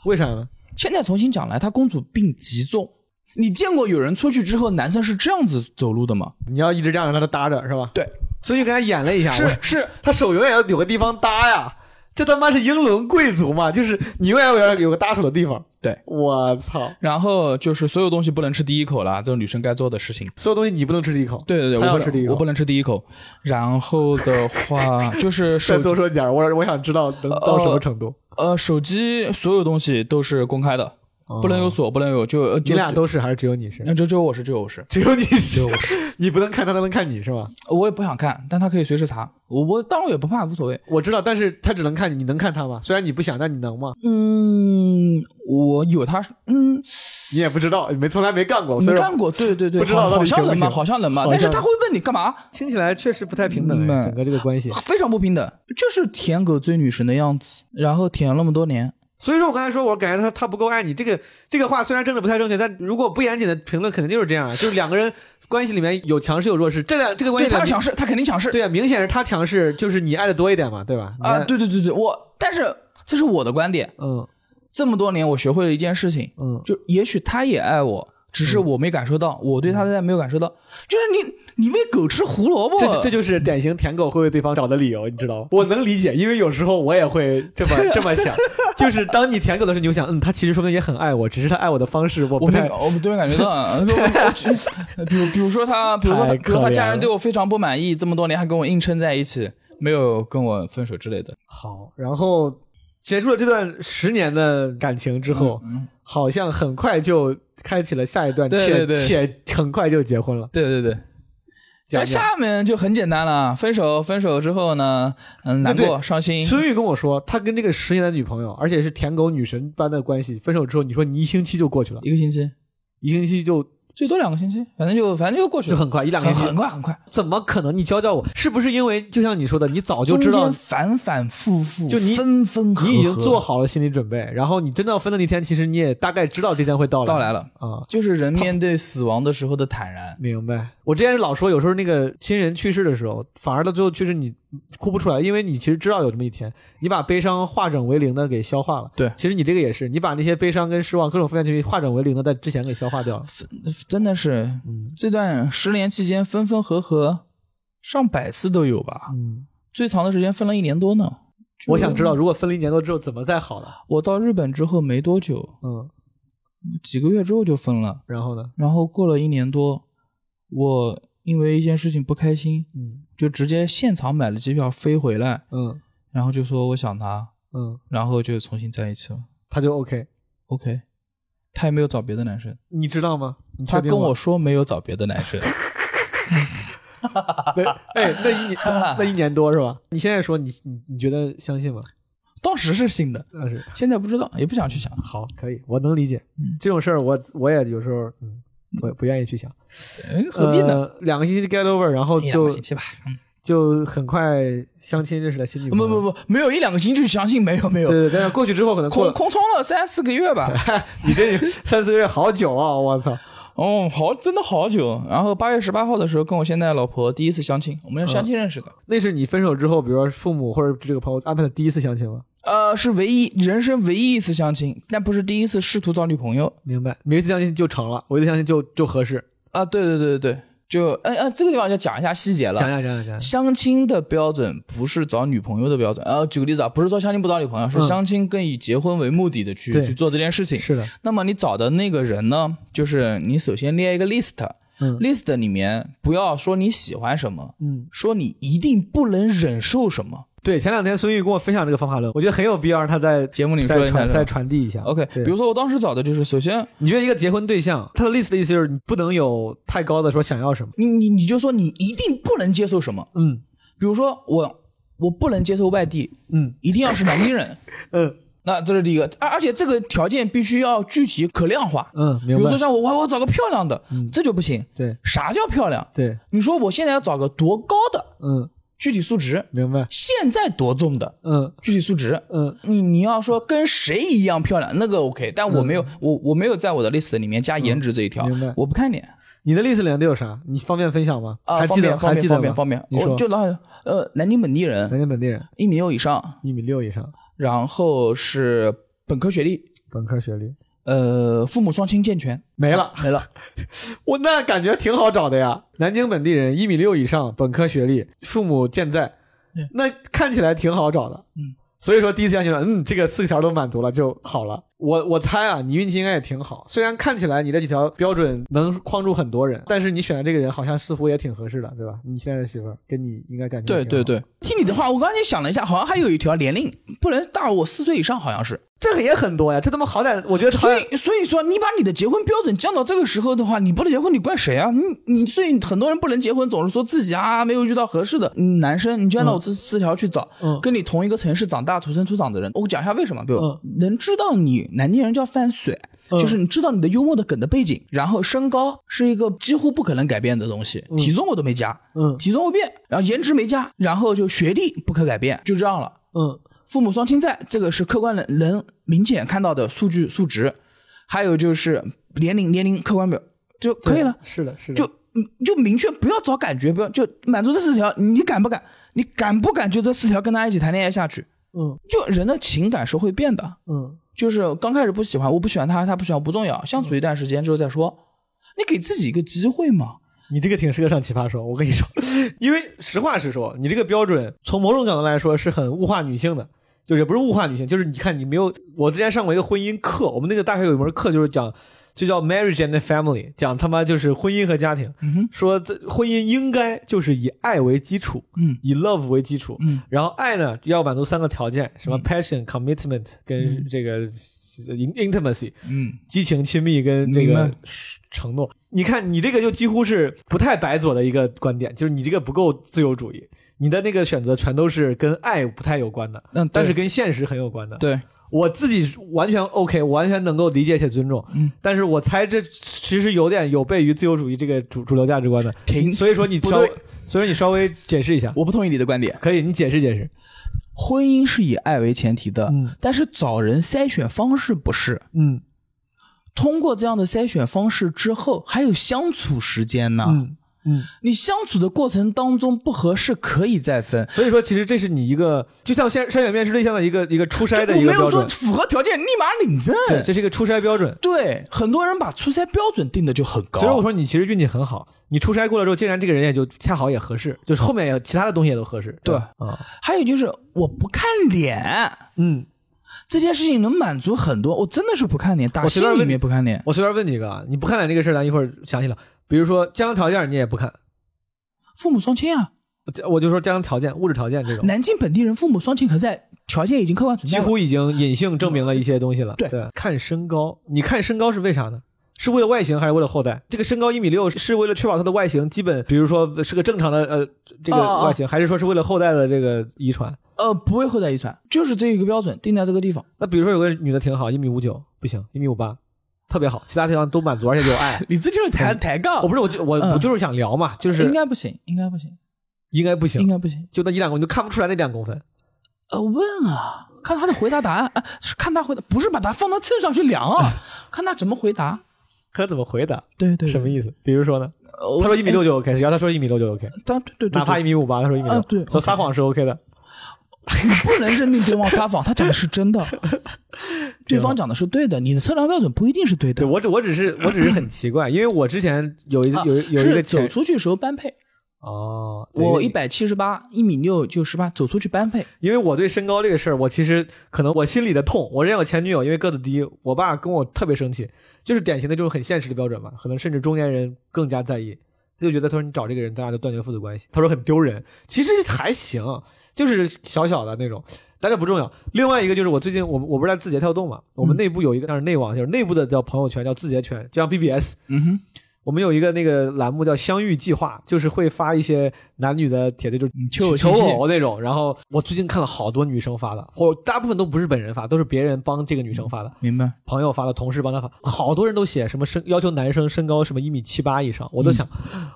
S2: 为啥呢？
S1: 现在重新讲来，他公主病极重。你见过有人出去之后，男生是这样子走路的吗？
S2: 你要一直这样让他搭着是吧？
S1: 对，
S2: 所以就给他演了一下，我
S1: 是是，
S2: 他手永远要有个地方搭呀。这他妈是英伦贵族嘛？就是你永远有有个搭手的地方。
S1: 对，
S2: 我操，
S1: 然后就是所有东西不能吃第一口了，这是女生该做的事情。
S2: 所有东西你不能吃第一口，
S1: 对对对，
S2: 他
S1: 我
S2: 要
S1: 不
S2: 吃第一
S1: 能
S2: 口，
S1: 我不能吃第一口。然后的话就是呃
S2: 再
S1: 手
S2: 多说点儿，我我想知道能到什么程度。
S1: 呃手机所有东西都是公开的，
S2: 呃
S1: 不能有锁，不能有就呃
S2: 哦你
S1: 就
S2: 俩都是还是只有你是？
S1: 那这只有我是只有我是，
S2: 只有你是
S1: 只有，我是，
S2: [laughs] 你不能看他，他能看你是吧？
S1: 我也不想看，但他可以随时查，我我当然也不怕，无所谓。
S2: 我知道，但是他只能看你，你能看他吗？虽然你不想，但你能吗？
S1: 嗯，我有他，嗯，
S2: 你也不知道，没从来没干过，
S1: 没
S2: 所以
S1: 干
S2: 说
S1: 过，对对对，
S2: 不知道
S1: 好
S2: 到
S1: 好
S2: 底行
S1: 像
S2: 不
S1: 能吧，
S2: 行
S1: 好像能吧，
S2: 好
S1: 但是
S2: 像
S1: 他会问你干嘛，
S2: 听起来确实不太平等
S1: 明
S2: 哎，
S1: 白
S2: 整个这个关系。
S1: 非常不平等，就是舔狗追女神的样子，然后舔了那么多年，
S2: 所以说我刚才说，我感觉他他不够爱你，这个这个话虽然政治不太正确，但如果不严谨的评论肯定就是
S1: [laughs]
S2: 这样，啊就是两个人关系里面有强势有弱势，这两这个关
S1: 对，
S2: 系
S1: 他
S2: 里
S1: 是强
S2: 面
S1: 势，他肯定强势，
S2: 对啊，明显是他强势，就是你爱的多一点嘛，对吧？你
S1: 啊、
S2: 爱，
S1: 对对对对，我但是这是我的观点。
S2: 嗯
S1: 这么多年，我学会了一件事情，
S2: 嗯
S1: 就也许他也爱我，只是我没感受到，我对他的爱没有感受到。就是你，你喂狗吃胡萝卜，
S2: 这这就是典型舔狗会为对方找的理由，你知道吗？我能理解，因为有时候我也会这么这么想，
S1: [laughs]
S2: 就是当你舔狗的时候，你就想，嗯，他其实说明也很爱我，只是他爱我的方式我
S1: 我
S2: 不
S1: 没
S2: 太
S1: 我对面感觉到，啊我比如比如说他，比如说他，
S2: 太
S1: 比如说他
S2: 可怜
S1: 家人
S2: 了
S1: 对我非常不满意，这么多年还跟我硬撑在一起，没有跟我分手之类的。
S2: 好。然后结束了这段十年的感情之后，好像很快就开启了下一段，
S1: 嗯对对对
S2: 且且很快就结婚了。
S1: 对对对。在
S2: 讲讲
S1: 下面就很简单了，分手，分手之后呢，嗯，难
S2: 对
S1: 过、伤心，
S2: 孙玉跟我说，他跟这个十年的女朋友，而且是舔狗女神般的关系，分手之后，你说你一星期就过去了，
S1: 一个星期，
S2: 一星期就
S1: 最多两个星期，反正就反正就过去
S2: 就
S1: 了，
S2: 很快，一两个
S1: 很
S2: 星期
S1: 很快很快，
S2: 怎么可能？你教教我，是不是因为就像你说的，你早就知
S1: 中
S2: 道
S1: 间反反复复，
S2: 就你
S1: 分分合合，
S2: 你已经做好了心理准备，然后你真的要分的那天，其实你也大概知道这天会到来。
S1: 到来了，
S2: 啊、
S1: 就是人面对死亡的时候的坦然，
S2: 明白。我之前老说，有时候那个亲人去世的时候，反而到最后确实你哭不出来，因为你其实知道有这么一天，你把悲伤化整为零的给消化了。
S1: 对
S2: 其实你这个也是，你把那些悲伤跟失望各种负面情绪化整为零的，在之前给消化掉了。
S1: 真的是
S2: 嗯
S1: 这段十年期间分分合合上百次都有吧，
S2: 嗯，
S1: 最长的时间分了一年多呢。
S2: 我想知道，如果分了一年多之后怎么再好了？
S1: 我到日本之后没多久，
S2: 嗯，
S1: 几个月之后就分了。
S2: 然后呢？
S1: 然后过了一年多，我因为一件事情不开心，
S2: 嗯
S1: 就直接现场买了机票飞回来，
S2: 嗯
S1: 然后就说我想他，
S2: 嗯，
S1: 然后就重新在一起了。
S2: 他就 OK。
S1: OK，他也没有找别的男生，
S2: 你知道吗？你
S1: 他
S2: 确定
S1: 跟
S2: 吗 [laughs]
S1: 我说没有找别的男生，
S2: 那哎，那一年那一年多是吧？你现在说你你你觉得相信吗？
S1: 当时是信的，
S2: 那是
S1: 现在不知道，也不想去想。
S2: 好，可以，我能理解
S1: 嗯
S2: 这种事儿，我我也有时候嗯，我也不愿意去想，
S1: 哎，何必呢？
S2: 呃两个星期 get over，然后
S1: 一两
S2: 就
S1: 个星期吧，嗯
S2: 就很快相亲认识了新女
S1: 不
S2: 朋友。
S1: 不不，没有一两个星期就相信没有没有，
S2: 对对，但是过去之后可能过
S1: 空
S2: [laughs] 了，
S1: 空窗了三四个月吧。
S2: 你这 [laughs] 三四个月好久啊！我操，
S1: 哦，好，真的好久。然后八月十八号的时候，跟我现在的老婆第一次相亲，我们是相亲认识的。
S2: 那是你分手之后，比如说父母或者这个朋友安排的第一次相亲吗？
S1: 呃，是唯一人生唯一一次相亲，但不是第一次试图找女朋友
S2: 明白，每一次相亲就成了，我一次相亲就就合适。
S1: 啊。对对对对对，就嗯嗯，这个地方就讲一下细节
S2: 讲
S1: 了。
S2: 讲讲讲讲，
S1: 相亲的标准不是找女朋友的标准，呃，举个例子啊，不是说相亲不找女朋友，是
S2: 嗯
S1: 相亲更以结婚为目的的去
S2: 对
S1: 去做这件事情。
S2: 是的，
S1: 那么你找的那个人呢，就是你首先列一个 list，list、
S2: 嗯
S1: list 里面不要说你喜欢什么，
S2: 嗯。
S1: 说你一定不能忍受什么。
S2: 对，前两天孙玉跟我分享这个方法论，我觉得很有必要让他在
S1: 节目里说
S2: 再
S1: 一下
S2: 传
S1: 是吧
S2: 再传递一下。
S1: OK，
S2: 对
S1: 比如说我当时找的就是，首先
S2: 你觉得一个结婚对象，他的 list 的意思就是你不能有太高的说想要什么。
S1: 你你你就说你一定不能接受什么，
S2: 嗯
S1: 比如说我我不能接受外地，
S2: 嗯
S1: 一定要是南京人，
S2: 嗯
S1: 那这是第一个，而而且这个条件必须要具体可量化，
S2: 嗯，
S1: 比
S2: 明
S1: 如
S2: 白
S1: 说。像我我我找个漂亮的，
S2: 嗯
S1: 这就不行。
S2: 对
S1: 啥叫漂亮？
S2: 对，
S1: 你说我现在要找个多高的
S2: 嗯，
S1: 具体素质，
S2: 明白。
S1: 现在多重的
S2: 嗯
S1: 具体素质，
S2: 嗯
S1: 你你要说跟谁一样漂亮，那个 OK，但我没有、我我没有在我的 list 里面加颜值这一条，
S2: 嗯明白
S1: 我不看脸。
S2: 你的 list 里面都有啥？你方便分享吗？
S1: 啊，
S2: 还记得
S1: 方
S2: 还
S1: 便
S2: 记得
S1: 方
S2: 吗
S1: 便方便方
S2: 你
S1: 便，
S2: 说
S1: 我就老呃南京本地
S2: 南
S1: 人，
S2: 京本地人，
S1: 一米六以上，
S2: 一米六以上，
S1: 然后是本科学历，
S2: 本科学历，
S1: 呃，父母双亲健全，
S2: 没了。
S1: 没了。
S2: 我那感觉挺好找的呀，南京本地人，一米六以上，本科学历，父母健在
S1: 对，
S2: 那看起来挺好找的。
S1: 嗯，
S2: 所以说第一次相亲说，嗯，这个四条都满足了就好了。我我猜啊，你运气应该也挺好，虽然看起来你这几条标准能框住很多人，但是你选的这个人好像似乎也挺合适的，对吧？你现在的媳妇儿跟你应该感觉
S1: 对
S2: 挺好
S1: 对，对，听你的话，我刚才想了一下，好像还有一条年龄不能大我四岁以上，好像是。
S2: 这个也很多呀，这他妈好歹我觉得好
S1: 所
S2: 歹
S1: 以所以说，你把你的结婚标准降到这个时候的话，你不能结婚，你怪谁啊？你你所以很多人不能结婚，总是说自己啊没有遇到合适的嗯男生，你就按照我这四条去找，
S2: 嗯
S1: 跟你同一个城市长大、土生土长的人。我讲一下为什么，对吧？
S2: 嗯
S1: 能知道你南京人叫范水。
S2: 嗯
S1: 就是你知道你的幽默的梗的背景，然后身高是一个几乎不可能改变的东西，体重我都没加，
S2: 嗯
S1: 体重不变，然后颜值没加，然后就学历不可改变，就这样了。
S2: 嗯
S1: 父母双亲在，这个是客观能能明显看到的数据数值，还有就是年龄年龄客观表就可以了，
S2: 是的，是的，
S1: 就嗯就明确不要找感觉，不要就满足这四条，你敢不敢？你敢不敢就这四条跟他一起谈恋爱下去？
S2: 嗯
S1: 就人的情感是会变的，
S2: 嗯
S1: 就是刚开始不喜欢，我不喜欢他，他不喜欢我不重要，相处一段时间之后再说。你给自己一个机会嘛。
S2: 你这个挺适合上奇葩说，我跟你说， [laughs] 因为实话实说，你这个标准从某种角度来说是很物化女性的，就也不是物化女性，就是你看你没有，我之前上过一个婚姻课，我们那个大学有一门课就是讲，就叫 marriage and family，讲他妈就是婚姻和家庭，
S1: 嗯哼，
S2: 说这婚姻应该就是以爱为基础，
S1: 嗯
S2: 以 love 为基础，
S1: 嗯，
S2: 然后爱呢要满足三个条件，什么
S1: 嗯
S2: passion、commitment 跟
S1: 嗯
S2: 这个 in- intimacy，
S1: 嗯，
S2: 激情、亲密跟这
S1: 明
S2: 个
S1: 白
S2: 承诺。你看，你这个就几乎是不太白左的一个观点，就是你这个不够自由主义，你的那个选择全都是跟爱不太有关的，
S1: 嗯，
S2: 但是跟现实很有关的。
S1: 对，
S2: 我自己完全 OK，我完全能够理解且尊重，
S1: 嗯
S2: 但是我猜这其实有点有悖于自由主义这个主主流价值观的，
S1: 停，
S2: 所以说你
S1: 不
S2: 稍
S1: 对
S2: 微，所以说你稍微解释一下，
S1: 我不同意你的观点。
S2: 可以，你解释解释。
S1: 婚姻是以爱为前提的，
S2: 嗯
S1: 但是找人筛选方式不是。
S2: 嗯
S1: 通过这样的筛选方式之后，还有相处时间呢。
S2: 嗯嗯，
S1: 你相处的过程当中不合适，可以再分。
S2: 所以说其实这是你一个就像筛筛选面试对象的一个一个初筛的
S1: 我
S2: 一个
S1: 没
S2: 标
S1: 有
S2: 准
S1: 说，符合条件立马领证。
S2: 对，这是一个初筛标准。
S1: 对，很多人把初筛标准定的就很高。
S2: 所以我说你其实运气很好，你初筛过了之后，竟然这个人也就恰好也合适，就是后面也其他的东西也都合适。吧啊，
S1: 还有就是我不看脸
S2: 嗯，
S1: 这件事情能满足很多，我真的是不看脸，打
S2: 我随
S1: 心
S2: 便问
S1: 里
S2: 你
S1: 面不看脸。
S2: 我随便问你一个啊，你不看脸这个事儿，咱一会儿详细聊。比如说家庭条件，你也不看，
S1: 父母双亲啊，
S2: 我我就说家庭条件、物质条件这种，
S1: 南京本地人父母双亲可在条件已经客观存
S2: 几
S1: 在了。
S2: 乎已经隐性证明了一些东西了。
S1: 对
S2: 看身高，你看身高是为啥呢？是为了外形还是为了后代？这个身高一米六是为了确保他的外形基本，比如说是个正常的呃这个
S1: 哦哦
S2: 外形，还是说是为了后代的这个遗传？
S1: 呃，不会后代遗传，就是这一个标准定在这个地方。
S2: 那比如说有个女的挺好，一米五九不行，一米五八特别好，其他地方都满足，而且
S1: [laughs]。
S2: 有爱
S1: 你这就是抬
S2: 嗯
S1: 抬杠
S2: 我不是，我就我
S1: 嗯
S2: 我就是想聊嘛，就是
S1: 应该不行，应该不行，
S2: 应该不
S1: 应
S2: 行，
S1: 该不行。
S2: 就那一两公分就看不出来那两公分。
S1: 呃，问啊，看他的回答答案，啊、是看他回答，不是把他放到秤上去量啊，看他怎么回答。
S2: 可怎么回答？
S1: 对对，
S2: 嗯什么意思？比如说呢？
S1: 思
S2: 他说一米，六就 OK，只要他说一米六就 OK，
S1: 哎但对对对，
S2: 哪怕一
S1: 对
S2: 米五八，他说一米六
S1: 啊，对
S2: 说
S1: OK
S2: 撒谎是 OK 的。
S1: 不能认定对方撒谎，他讲的是
S2: [laughs]
S1: 真的，对方讲的是对的，你的测量标准不一定是对的。
S2: 对我只我只是我只是很奇怪，因为我之前有一
S1: 啊
S2: 有一有一
S1: 是
S2: 个
S1: 走
S2: 前
S1: 出去的时候般配，
S2: 哦，对
S1: 我一，百七十八，一米六就十八，走出去般配。
S2: 因为我对身高这个事儿，我其实可能我心里的痛。我之前有前女友，因为个子低，我爸跟我特别生气，就是典型的这种很现实的标准嘛，可能甚至中年人更加在意。他就觉得他说你找这个人，咱俩就断绝父子关系。他说很丢人，其实还行，就是小小的那种，但这不重要。另外一个就是我最近我们我不是在字节跳动嘛，我
S1: 嗯
S2: 们内部有一个但是内网就是内部的叫朋友圈叫字节圈，就像 BBS，
S1: 嗯哼，
S2: 我们有一个那个栏目叫“相遇计划”，就是会发一些男女的帖子，就是
S1: 嗯求偶
S2: 求
S1: 信息
S2: 偶那种。然后我最近看了好多女生发的，我大部分都不是本人发，都是别人帮这个女
S1: 嗯
S2: 生发的，
S1: 明白。
S2: 朋友发的，同事帮她发。好多人都写什么身要求男生身高什么一米七八以上，我都想，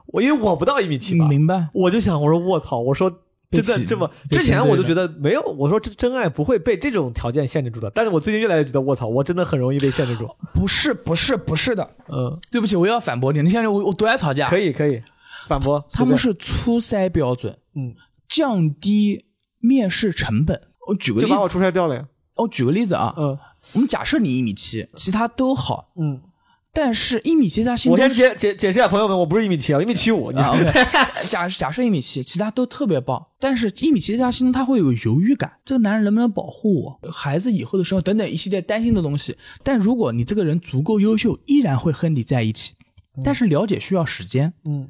S2: 我因为我不到一米七八，
S1: 嗯明白。
S2: 我就想我说我操，我说。真
S1: 被
S2: 的
S1: 挤
S2: 这么？
S1: 被
S2: 之前
S1: 针
S2: 我
S1: 对
S2: 就
S1: 的
S2: 觉得没有，我说这真爱不会被这种条件限制住的。但是我最近越来越觉得，我操，我真的很容易被限制住。
S1: 不是，不是，不是的。
S2: 嗯，
S1: 对不起，我又要反驳你。你现在我我多爱吵架。
S2: 可以可以，反驳。
S1: 他
S2: 随
S1: 们
S2: 便
S1: 是初筛标准，
S2: 嗯，
S1: 降低面试成本。我举个
S2: 就
S1: 例
S2: 把我
S1: 子，
S2: 出差掉了呀。
S1: 我举个例子啊，
S2: 嗯
S1: 我们假设你一米七，其他都好，
S2: 嗯，
S1: 但是一米七在心
S2: 我
S1: 中
S2: 先解解解释一下，朋友们，我不是一米七啊，一米七五。你
S1: 啊，OK，假假设一米七，其他都特别棒，但是一米七在他心中他会有犹豫感，这个男人能不能保护我，孩子以后的生活等等一系列担心的东西。但如果你这个人足够优秀，依然会和你在一起，但是了解需要时间。
S2: 嗯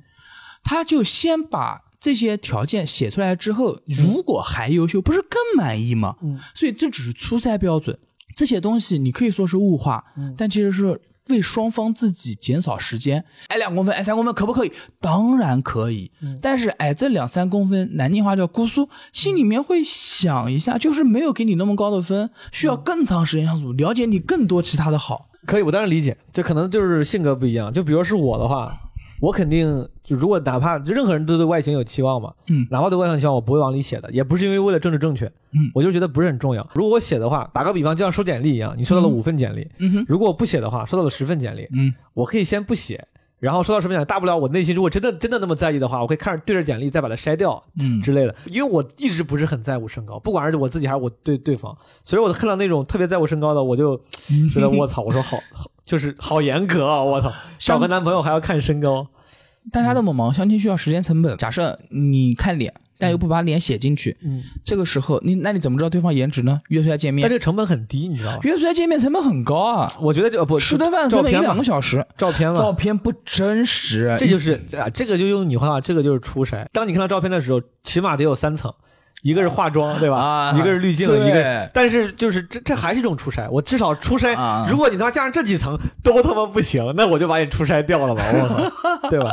S1: 他就先把这些条件写出来之后，如果还优秀，不是更满意吗？
S2: 嗯
S1: 所以这只是初筛标准，这些东西你可以说是物化，
S2: 嗯
S1: 但其实是为双方自己减少时间。矮两公分，哎矮三公分可不可以？当然可以，
S2: 嗯
S1: 但是矮这两三公分，南京话叫姑苏，心里面会想一下，就是没有给你那么高的分，需
S2: 嗯
S1: 要更长时间相处，了解你更多其他的好。
S2: 可以，我当然理解，这可能就是性格不一样。就比如是我的话，我肯定就如果哪怕就任何人都对外形有期望嘛，
S1: 嗯
S2: 哪怕对外形有期望，我不会往里写的，也不是因为为了政治正确，
S1: 嗯
S2: 我就觉得不是很重要。如果我写的话，打个比方，就像收简历一样，你收到了五份简历，
S1: 嗯哼，
S2: 如果我不写的话，收到了十份简历，
S1: 嗯
S2: 我可以先不写。然后收到什么奖，大不了我内心如果真的真的那么在意的话，我可以看着对着简历再把它筛掉，
S1: 嗯
S2: 之类的，因为我一直不是很在乎身高，不管是我
S1: 嗯
S2: 自己还是我对对方，所以我看到那种特别在乎身高的，我就觉得我操，我说好好，就是好严
S1: [laughs]
S2: 格啊！我操，找个男朋友还要看身高，
S1: 大
S2: 嗯
S1: 家那么忙，相亲需要时间成本。假设你看脸，但又不把脸写进去，
S2: 嗯，哎
S1: 这个时候你那你怎么知道对方颜值呢？约出来见
S2: 但
S1: 面，
S2: 这个成本很低，你知道吧？
S1: 约出来见面成本很高啊，
S2: 我觉得呃这不
S1: 吃顿饭
S2: 照
S1: 成本一
S2: 片
S1: 两
S2: 嘛
S1: 个，小时，
S2: 照片
S1: 照
S2: 嘛，
S1: 片不真实，
S2: 这就是啊，这个就用你话，这个就是初筛。当你看到照片的时候，起码得有三层，一个是化妆，对吧？
S1: 啊
S2: 一个是滤镜，
S1: 对
S2: 一个。但是就是这这还是一种初筛，我至少初筛，
S1: 啊
S2: 如果你他妈加上这几层都他妈不行，那我就把你初筛掉了吧，我操，对吧？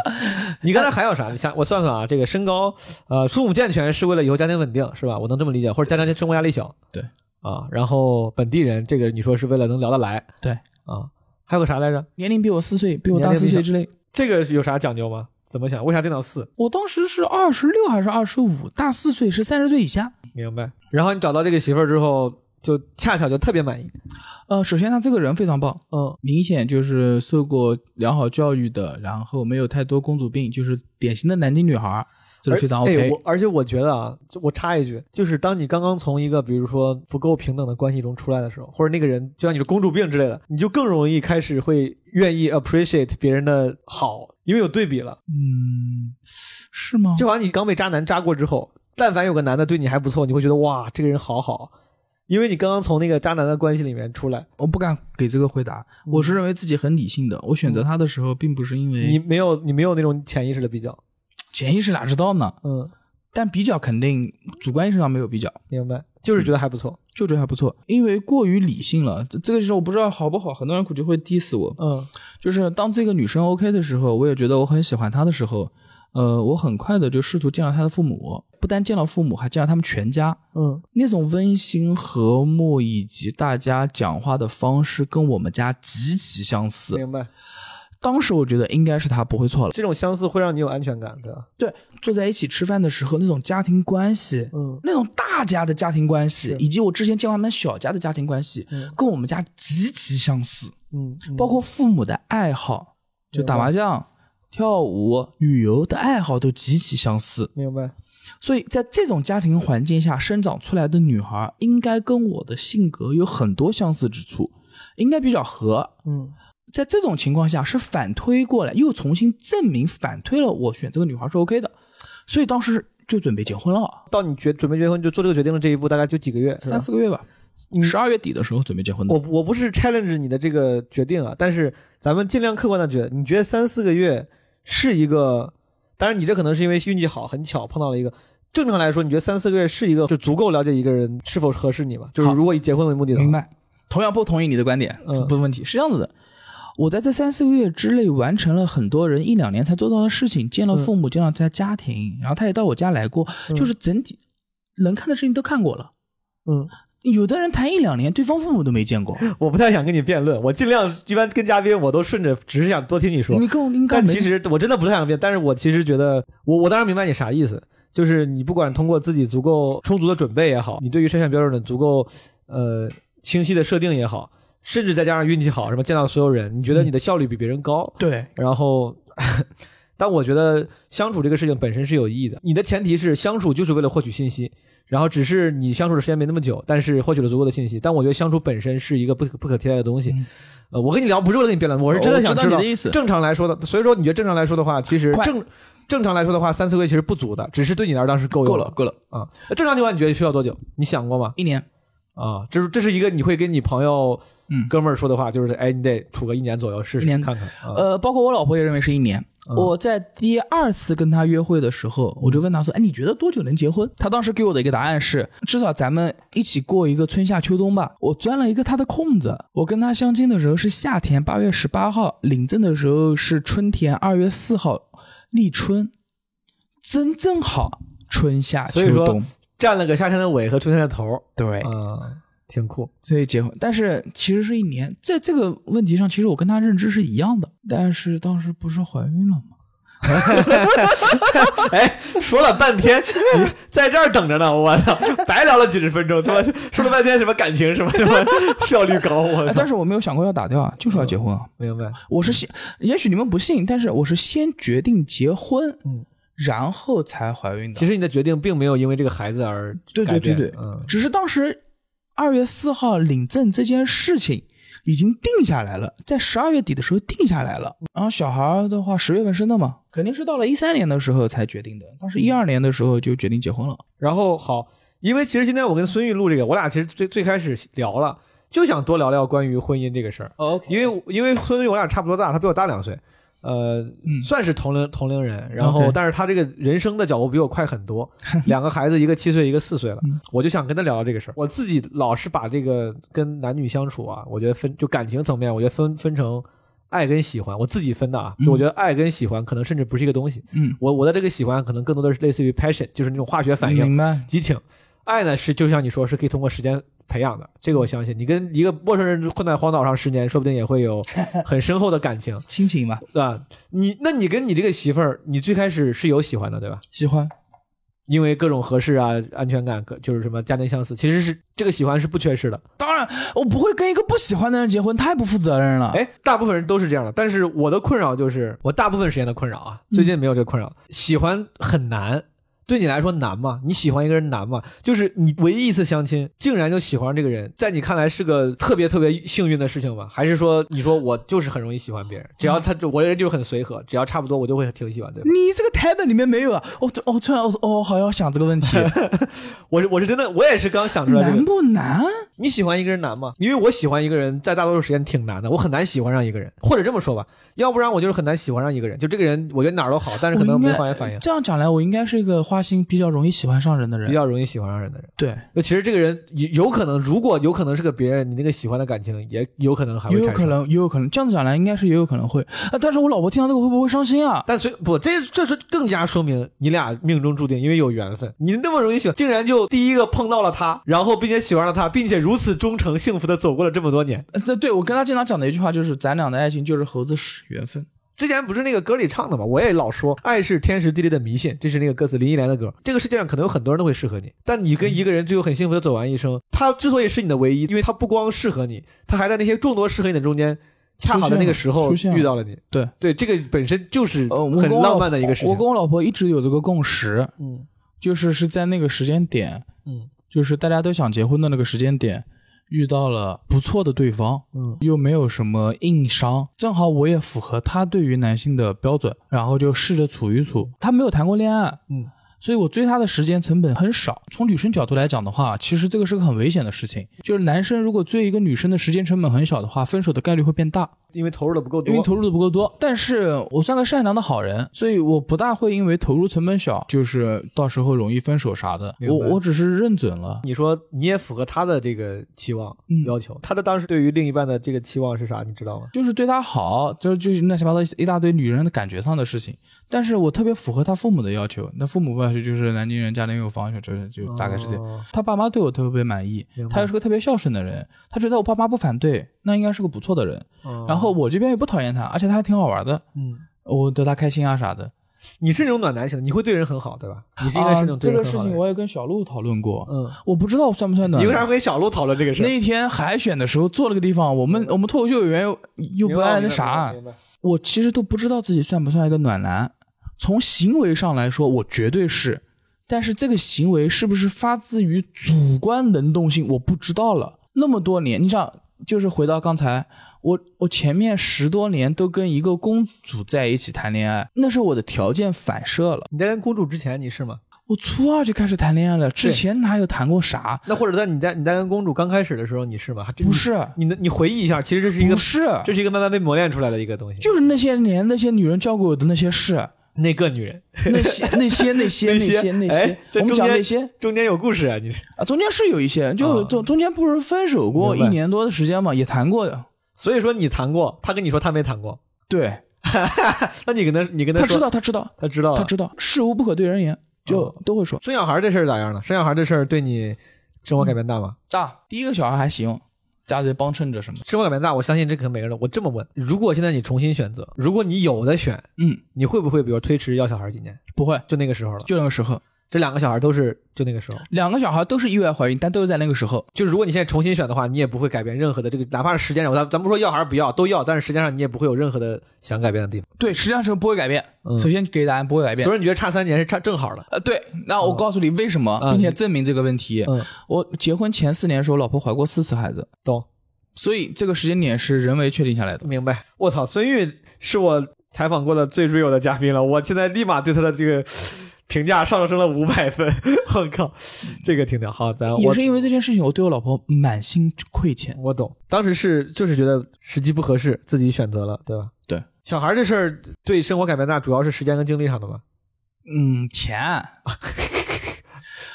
S2: 你刚才还有啥？你想我算算啊，这个身高，呃，父母健全是为了以后家庭稳定，是吧？我能这么理解，或者家庭生活压力小，
S1: 对
S2: 啊。然后本地人，这个你说是为了能聊得来，
S1: 对
S2: 啊。还有个啥来着？
S1: 年龄比我四岁，比我
S2: 年
S1: 大
S2: 龄比
S1: 四岁
S2: 小
S1: 之类。
S2: 这个有啥讲究吗？怎么想？为啥电脑四？
S1: 我当时是二十六还是二十五，大四岁是三十岁以下。
S2: 明白。然后你找到这个媳妇儿之后，就恰巧就特别满意。
S1: 呃，首先他这个人非常棒，
S2: 嗯，
S1: 明显就是受过良好教育的，然后没有太多公主病，就是典型的南京女孩儿，这是非常
S2: 而
S1: OK。
S2: 哎，我而且我觉得啊，就我插一句，就是当你刚刚从一个比如说不够平等的关系中出来的时候，或者那个人就像你是公主病之类的，你就更容易开始会愿意 appreciate 别人的好，因为有对比了。
S1: 嗯，是吗？
S2: 就好像你刚被渣男渣过之后，但凡有个男的对你还不错，你会觉得哇，这个人好好。因为你刚刚从那个渣男的关系里面出来，
S1: 我不敢给这个回答，我是认为自己很理性的。我选择他的时候，并不是因
S2: 你
S1: 为
S2: 没有你没有那种潜意识的比较，
S1: 潜意识哪知道呢，
S2: 嗯，
S1: 但比较肯定主观意识上没有比较，
S2: 明白，就是觉得还不错，
S1: 就觉得还不错。因为过于理性了，这这个时候我不知道好不好，很多人估计会 diss 我。
S2: 嗯
S1: 就是当这个女生 OK 的时候，我也觉得我很喜欢她的时候，呃，我很快的就试图见到她的父母，不单见到父母，还见到他们全家。
S2: 嗯，
S1: 那种温馨和睦以及大家讲话的方式跟我们家极其相似，
S2: 明白。
S1: 当时我觉得应该是她不会错了。
S2: 这种相似会让你有安全感，对吧？
S1: 对，坐在一起吃饭的时候那种家庭关系，
S2: 嗯，
S1: 那种大家的家庭关系
S2: 是，
S1: 以及我之前见过他们小家的家庭关系，
S2: 嗯
S1: 跟我们家极其相似，
S2: 嗯，嗯
S1: 包括父母的爱好，就打麻将、跳舞、旅游的爱好都极其相似。
S2: 明白，
S1: 所以在这种家庭环境下生长出来的女孩，应该跟我的性格有很多相似之处，应该比较合。
S2: 嗯，
S1: 在这种情况下是反推过来，又重新证明反推了我选这个女孩是 OK 的，所以当时就准备结婚了，
S2: 到你决准备结婚就做这个决定的这一步，大概就几个月，是吧啊
S1: 三四个月吧，
S2: 嗯
S1: 十二月底的时候准备结婚的
S2: 我。我不是 challenge 你的这个决定啊，但是咱们尽量客观的觉得，你觉得三四个月是一个，当然你这可能是因为运气好，很巧碰到了一个。正常来说，你觉得三四个月是一个就足够了解一个人是否合适你吗？就是
S1: 好
S2: 如果以结婚为目的的话，
S1: 明白，同样不同意你的观点，
S2: 嗯
S1: 不问题。是这样子的，我在这三四个月之内完成了很多人一两年才做到的事情，见了父母，见到他家庭，然后他也到我家来过，
S2: 嗯
S1: 就是整体能看的事情都看过了。
S2: 嗯，
S1: 有的人谈一两年，对方父母都没见过，
S2: 我不太想跟你辩论，我尽量一般跟嘉宾我都顺着，只是想多听你说。
S1: 你跟 [laughs] 我应该
S2: 但
S1: 没
S2: 其实我真的不太想变，但是我其实觉得，我我当然明白你啥意思，就是你不管通过自己足够充足的准备也好，你对于筛选标准的足够呃清晰的设定也好，甚至再加上运气好，什么见到所有人，你觉得你的效率比别人高，
S1: 嗯对
S2: 然后。 [laughs] 但我觉得相处这个事情本身是有意义的。你的前提是相处就是为了获取信息，然后只是你相处的时间没那么久，但是获取了足够的信息。但我觉得相处本身是一个不可不可替代的东西。
S1: 嗯
S2: 呃，我跟你聊不是为了跟你辩论，我是真的
S1: 我
S2: 想
S1: 知道
S2: 知道
S1: 你的意思
S2: 正常来说的，所以说你觉得正常来说的话，啊其实
S1: 快
S2: 正正常来说的话，三四个月其实不足的，只是对你来说当时够用
S1: 够了够了，
S2: 啊。那正常情况你觉得需要多久？你想过吗？
S1: 一年
S2: 啊，这是这是一个你会跟你朋友、
S1: 嗯
S2: 哥们儿说的话，就是哎，你得处个一年左右试
S1: 一
S2: 试
S1: 年
S2: 看看。啊、
S1: 呃，包括我老婆也认为是一年。
S2: 嗯
S1: 我在第二次跟她约会的时候，我就问她说：“哎，你觉得多久能结婚？”她当时给我的一个答案是：至少咱们一起过一个春夏秋冬吧。我钻了一个她的空子。我跟她相亲的时候是夏天八月十八号，领证的时候是春天二月四号，立春，真正好春夏
S2: 所以
S1: 秋
S2: 说
S1: 冬。
S2: 占了个夏天的尾和春天的头儿，
S1: 对
S2: 嗯，挺酷。
S1: 所以结婚，但是其实是一年，在这个问题上，其实我跟她认知是一样的，但是当时不是怀孕了吗？
S2: 哎，说了半
S1: [laughs]
S2: 天，你在这儿等着呢，我操，白聊了几十分钟，对吧？说了半天什么感情什么
S1: [laughs]
S2: 什么效率高，我
S1: 哎，
S2: 操
S1: 但，是我没有想过要打掉啊，就是要结婚啊。
S2: 明白？
S1: 我是先，也许你们不信，但是我是先决定结婚，
S2: 嗯
S1: 然后才怀孕的。
S2: 其实你的决定并没有因为这个孩子而
S1: 对对
S2: 改
S1: 对
S2: 变，
S1: 对，
S2: 嗯，
S1: 只是当时二月四号领证这件事情已经定下来了，在十二月底的时候定下来了。然后小孩儿的话，十月份生的嘛，肯定是到了一三年的时候才决定的。当时一二年的时候就决定结婚了。
S2: 然后好，因为其实今天我跟孙玉录这个，我俩其实最最开始聊了，就想多聊聊关于婚姻这个事儿，
S1: 哦 OK，
S2: 因为因为孙玉我俩差不多大，他比我大两岁，呃，算是同龄同龄人，然后
S1: 嗯 OK
S2: 但是他这个人生的脚步比我快很
S1: [laughs]
S2: 多，两个孩子，一个七岁，一个四岁了，
S1: 嗯
S2: 我就想跟他聊聊这个事儿。我自己老是把这个跟男女相处啊，我觉得分就感情层面，我觉得分分成。爱跟喜欢，我自己分的啊，就我觉得爱跟喜欢可能甚至不是一个东西。
S1: 嗯，
S2: 我我的这个喜欢可能更多的是类似于 passion，就是那种化学反应。
S1: 明白。
S2: 激情。爱呢是就像你说，是可以通过时间培养的，这个我相信。你跟一个陌生人困在荒岛上十年，说不定也
S1: [laughs]
S2: 会有很深厚的感情，
S1: 亲情嘛，
S2: 对吧？你那你跟你这个媳妇儿，你最开始是有喜欢的，对吧？
S1: 喜欢
S2: 因为各种合适啊、安全感，各就是什么家庭相似，其实是这个喜欢是不缺失的。
S1: 当然，我不会跟一个不喜欢的人结婚，太不负责任了。，
S2: 哎，大部分人都是这样的，但是我的困扰就是，我大部分时间的困扰啊，
S1: 嗯
S2: 最近没有这个困扰。喜欢很难，对你来说难吗？你喜欢一个人难吗？就是你唯一一次相亲，竟然就喜欢上这个人，在你看来是个特别特别幸运的事情吗？还是说你说我就是很容易喜欢别人，只
S1: 嗯
S2: 要他我这人就是很随和，只要差不多我就会挺喜欢，对吧？
S1: 你这个台本里面没有啊？哦，这哦，突然哦哦，好像要想这个
S2: [laughs]
S1: 问题，
S2: 我是我是真的，我也是刚想出来这个
S1: 难。不难？
S2: 你喜欢一个人难吗？因为我喜欢一个人，在大多数时间挺难的，我很难喜欢上一个人，或者这么说吧，要不然我就是很难喜欢上一个人。就这个人，我觉得哪儿都好，但是可能
S1: 我应
S2: 没
S1: 该
S2: 化学反应，
S1: 这样讲来，我应该是一个花心比较容易喜欢上人的
S2: 比
S1: 人。
S2: 较容易喜欢上人的人。
S1: 对，
S2: 就其实这个人有有可能，如果有可能是个别人，你那个喜欢的感情也有可能还
S1: 也
S2: 会
S1: 有
S2: 产
S1: 可
S2: 生。
S1: 能，也有可能。这样子讲来，应该是也有可能会啊。但是我老婆听到这个会不会伤心啊？
S2: 但所以不，这这是更加说明你俩命中注定，因为有缘分。你那么容易喜欢，竟然就第一个碰到了他，然后并且喜欢上了他，并且如此忠诚、幸福的走过了这么多年。
S1: 呃这对我跟她经常讲的一句话就是：咱俩的爱情就是猴子屎缘分。
S2: 之前不是那个歌里唱的嘛，我也老说爱是天时地利的迷信，这是那个歌词林忆莲的歌。这个世界上可能有很多人都会适合你，但你跟一个人最后很幸福的走完一生，他之所以是你的唯一，因为他不光适合你，他还在那些众多适合你的中间，恰好在那个时候
S1: 出现了
S2: 遇到了你。
S1: 对
S2: 对，这个本身就是
S1: 呃，我
S2: 很
S1: 跟我
S2: 浪
S1: 老
S2: 漫的一个事
S1: 我
S2: 情
S1: 跟。我老婆一直有这个共识，
S2: 嗯
S1: 就是是在那个时间点，
S2: 嗯
S1: 就是大家都想结婚的那个时间点，遇到了不错的对方，
S2: 嗯，
S1: 又没有什么硬伤，正好我也符合他对于男性的标准，然后就试着处一处。他没有谈过恋爱，
S2: 嗯，
S1: 所以我追他的时间成本很少。从女生角度来讲的话，其实这个是个很危险的事情，就是男生如果追一个女生的时间成本很小的话，分手的概率会变大。
S2: 因为投入的不够多
S1: 因为。投入的不够多。但是我算个善良的好人，所以我不大会因为投入成本小，就是到时候容易分手啥的。
S2: 明白
S1: 我我只是认准了，
S2: 你说你也符合他的这个期望、
S1: 嗯
S2: 要求，他的当时对于另一半的这个期望是啥？你知道吗？
S1: 就是对他好，就就是乱七八糟一大堆女人的感觉上的事情。但是我特别符合他父母的要求，那父母要求就是南京人，家里有房，就就就大概是这样。
S2: 哦
S1: 他爸妈对我特别满意
S2: 明白，
S1: 他又是个特别孝顺的人，他觉得我爸妈不反对，那应该是个不错的人。
S2: 哦
S1: 然后我这边也不讨厌他，而且他还挺好玩的，
S2: 嗯。
S1: 我得他开心啊啥的。
S2: 你是那种暖男型的，你会对人很好，对吧？你是应该是
S1: 啊
S2: 那种，对
S1: 这
S2: 人
S1: 个
S2: 很
S1: 事
S2: 好的
S1: 情
S2: 人。
S1: 我也跟小鹿讨论过，
S2: 嗯，
S1: 我不知道算不算暖男。
S2: 你为啥会跟小鹿讨论这个事儿？
S1: 那天海选的时候坐了个地方，我们我们脱口秀演员又又不爱那啥，
S2: 哦明白明白明白
S1: 我其实都不知道自己算不算一个暖男。从行为上来说，我绝对是，但是这个行为是不是发自于主观能动性，我不知道了。那么多年，你想，就是回到刚才，我我前面十多年都跟一个公主在一起谈恋爱，那是我的条件反射了。
S2: 你在跟公主之前你是吗？
S1: 我初二就开始谈恋爱了，之
S2: 对
S1: 前哪有谈过啥？
S2: 那或者在你在你在跟公主刚开始的时候你是吗？还真
S1: 不，是，
S2: 你你你回忆一下，其实这是一个
S1: 不是，
S2: 这是一个慢慢被磨练出来的一个东西。
S1: 就是那些年那些女人教给我的那些事，
S2: 那个女人
S1: 那些那些那些
S2: [laughs] 那
S1: 那
S2: 些
S1: 些那
S2: 哎
S1: 些，
S2: 这
S1: 我们讲
S2: 中间
S1: 那些
S2: 中间有故事啊，你是
S1: 啊，中间是有一些，就
S2: 啊
S1: 中中间不是分手过一
S2: 明白
S1: 年多的时间嘛，也谈过的。
S2: 所以说你谈过，他跟你说他没
S1: [laughs]
S2: 谈过，
S1: 对，
S2: 那你跟他你跟
S1: 他
S2: 说
S1: 知道，他知道，
S2: 他知道
S1: 他
S2: 了。
S1: 知道，事无不可对人言，就都会说
S2: 生小孩这事儿咋样呢？生小孩这事儿对你生活改变大吗？
S1: 啊，第一个小孩还行，家里帮衬着什么，
S2: 生活改变大，我相信这可能每个人都。我这么问：如果现在你重新选择，如果你有的选，
S1: 嗯，
S2: 你会不会比如推迟要小孩几年？
S1: 不会，
S2: 就那个时候了。
S1: 就那个时候，
S2: 这两个小孩都是就那个时候。
S1: 两个小孩都是意外怀孕，但都是在那个时候。
S2: 就如果你现在重新选的话，你也不会改变任何的这个，哪怕是时间上，咱咱不说要还是不要都要，但是时间上你也不会有任何的想改变的地方。
S1: 对，实际上是不会改变。
S2: 嗯
S1: 首先给答案不会改变
S2: 所。以你觉得差三年是差正好的。
S1: 呃，对，那我告诉啊你为什么，
S2: 嗯
S1: 并且证明这个问题。
S2: 嗯，
S1: 我结婚前四年的时候，老婆怀过四次孩子。
S2: 懂。
S1: 所以这个时间点是人为确定下来的。
S2: 明白。我操，孙玉是我采访过的最 real 的嘉宾了，我现在立马对他的这个评价上升了五百分。我靠，这个挺屌。好，咱
S1: 也
S2: 我
S1: 是因为这件事呃情，我对我老婆满心愧欠。
S2: 我懂，当时是就是觉得时机不合适，自己选择了，对吧？
S1: 对。
S2: 小孩这事儿对生活改变大，主要是时间跟精力上的吧？
S1: 嗯，钱。 [laughs]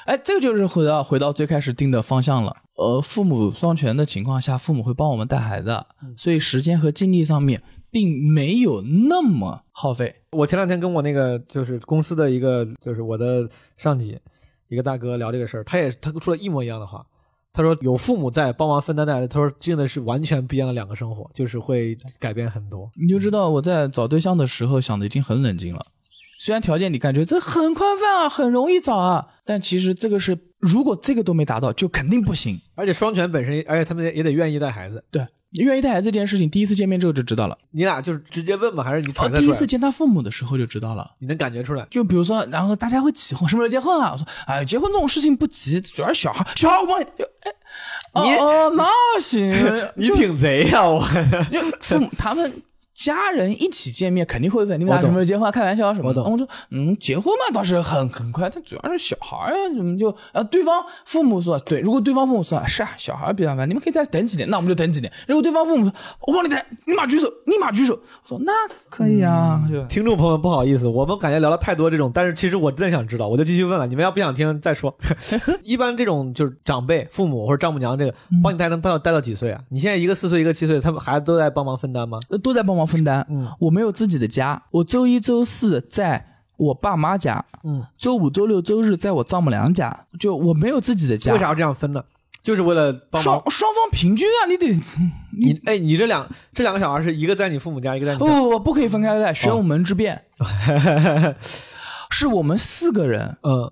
S1: 哎，这个就是回到回到最开始定的方向了。呃，父母双全的情况下，父母会帮我们带孩子，所以时间和精力上面并没有那么耗费。
S2: 我前两天跟我那个就是公司的一个就是我的上级一个大哥聊这个事儿，他也他说了一模一样的话。他说有父母在帮忙分担带来，他说真的是完全不一样的两个生活，就是会改变很多。
S1: 你就知道我在找对象的时候想的已经很冷静了。虽然条件你感觉这很宽泛啊，很容易找啊，但其实这个是如果这个都没达到，就肯定不行。
S2: 而且双全本身，而且他们也得愿意带孩子。
S1: 对，愿意带孩子这件事情，第一次见面之后就知道了。
S2: 你俩就是直接问吗？还是你
S1: 哦，
S2: 揣测
S1: 第
S2: 出
S1: 一
S2: 来
S1: 次
S2: 的？
S1: 见他父母的时候就知道了。
S2: 你能感觉出来？
S1: 就比如说，然后大家会起哄，什么时候结婚啊？我说，哎，结婚这种事情不急，主要是小孩，小孩我帮你。哎，
S2: 你
S1: 哦、哦那行，
S2: [laughs] 你挺贼呀、 [laughs] 我
S1: 因为父母他们家人一起见面，肯定会问你们
S2: 我
S1: 俩什
S2: 懂
S1: 么时候结婚啊，开玩笑啊什么的。
S2: 我懂
S1: 我说，嗯，结婚嘛倒是很很快，但主要是小孩啊，怎么就啊？对方父母说，对，如果对方父母说是啊，小孩比较烦，你们可以再等几年，那我们就等几年。如果对方父母说，我帮你等，立马举手，立马举手。我说那可以啊，就
S2: 听众朋友们不好意思，我们感觉聊了太多这种，但是其实我真的想知道，我就继续问了。你们要不想听再说。一般这种就是长辈、父母或者丈母娘这个帮你带能带到带到几岁啊？你现在一个四岁，一个七岁，他们孩子都在帮忙分担吗？
S1: 呃都在帮忙分担。
S2: 嗯
S1: 我没有自己的家，我周一周四在我爸妈家，
S2: 嗯，
S1: 周五周六周日在我丈母娘家，就我没有自己的家。
S2: 为啥要这样分呢？就是为了帮
S1: 双
S2: 忙。
S1: 双方平均啊，你
S2: [laughs]
S1: 得
S2: 你哎，你这两这两个小孩是一个在你父母家，一个在你
S1: 不
S2: 家。
S1: 不哦不，不可以分开带，
S2: 哦
S1: 玄武门之
S2: [laughs]
S1: 变。是我们四个人
S2: 嗯，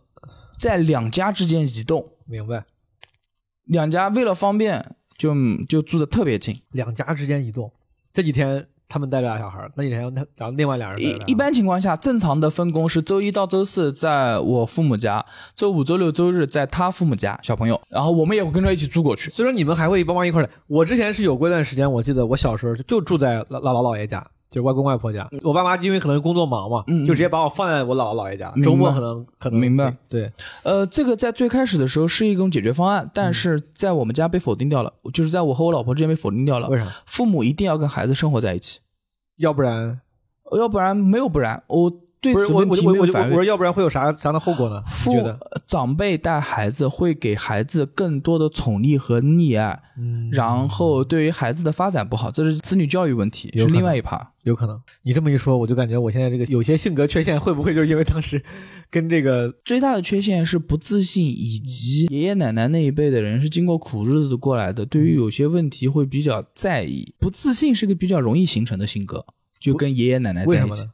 S1: 在两家之间移动，
S2: 明白。
S1: 两家为了方便就就住的特别近。
S2: 两家之间移动，这几天他们带着俩小孩，那几天他然后另外俩人带着俩小孩
S1: 一一般情况下，正常的分工是周一到周四在我父母家，周五、周六、周日在他父母家小朋友，然后我们也会跟着一起住过去。
S2: 所以说你们还会帮忙一块儿来。我之前是有过一段时间，我记得我小时候就就住在姥姥姥姥爷家，就是外公外婆家。我爸妈因为可能工作忙嘛，
S1: 嗯
S2: 就直接把我放在我姥姥姥爷家。
S1: 明白
S2: 周末可能可能
S1: 明白
S2: 对，
S1: 呃，这个在最开始的时候是一种解决方案，
S2: 嗯
S1: 但是在我们家被否定掉了，就是在我和我老婆之间被否定掉了
S2: 为。啥？
S1: 父母一定要跟孩子生活在一起，呃
S2: 要不然
S1: 要不然没有不然。我对
S2: 不是
S1: 此
S2: 我
S1: 问
S2: 我
S1: 题
S2: 我
S1: 没有
S2: 我就我
S1: 反
S2: 说
S1: 对。
S2: 要不然会有啥啥样的后果呢？你
S1: 父
S2: 觉得？
S1: 长辈带孩子会给孩子更多的宠溺和溺爱，
S2: 嗯
S1: 然后对于孩子的发展不好，这是子女教育问题，
S2: 有
S1: 是
S2: 可能
S1: 另外一趴。
S2: 有可能，你这么一说，我就感觉我现在这个有些性格缺陷，会不会就是因为当时 [laughs] 跟这个
S1: 最大的缺陷是不自信，以及爷爷奶奶那一辈的人是经过苦日子过来的，对
S2: 嗯
S1: 于有些问题会比较在意。不自信是个比较容易形成的性格，就跟爷爷奶奶
S2: 为
S1: 在
S2: 什
S1: 一
S2: 么
S1: 起
S2: 呢，？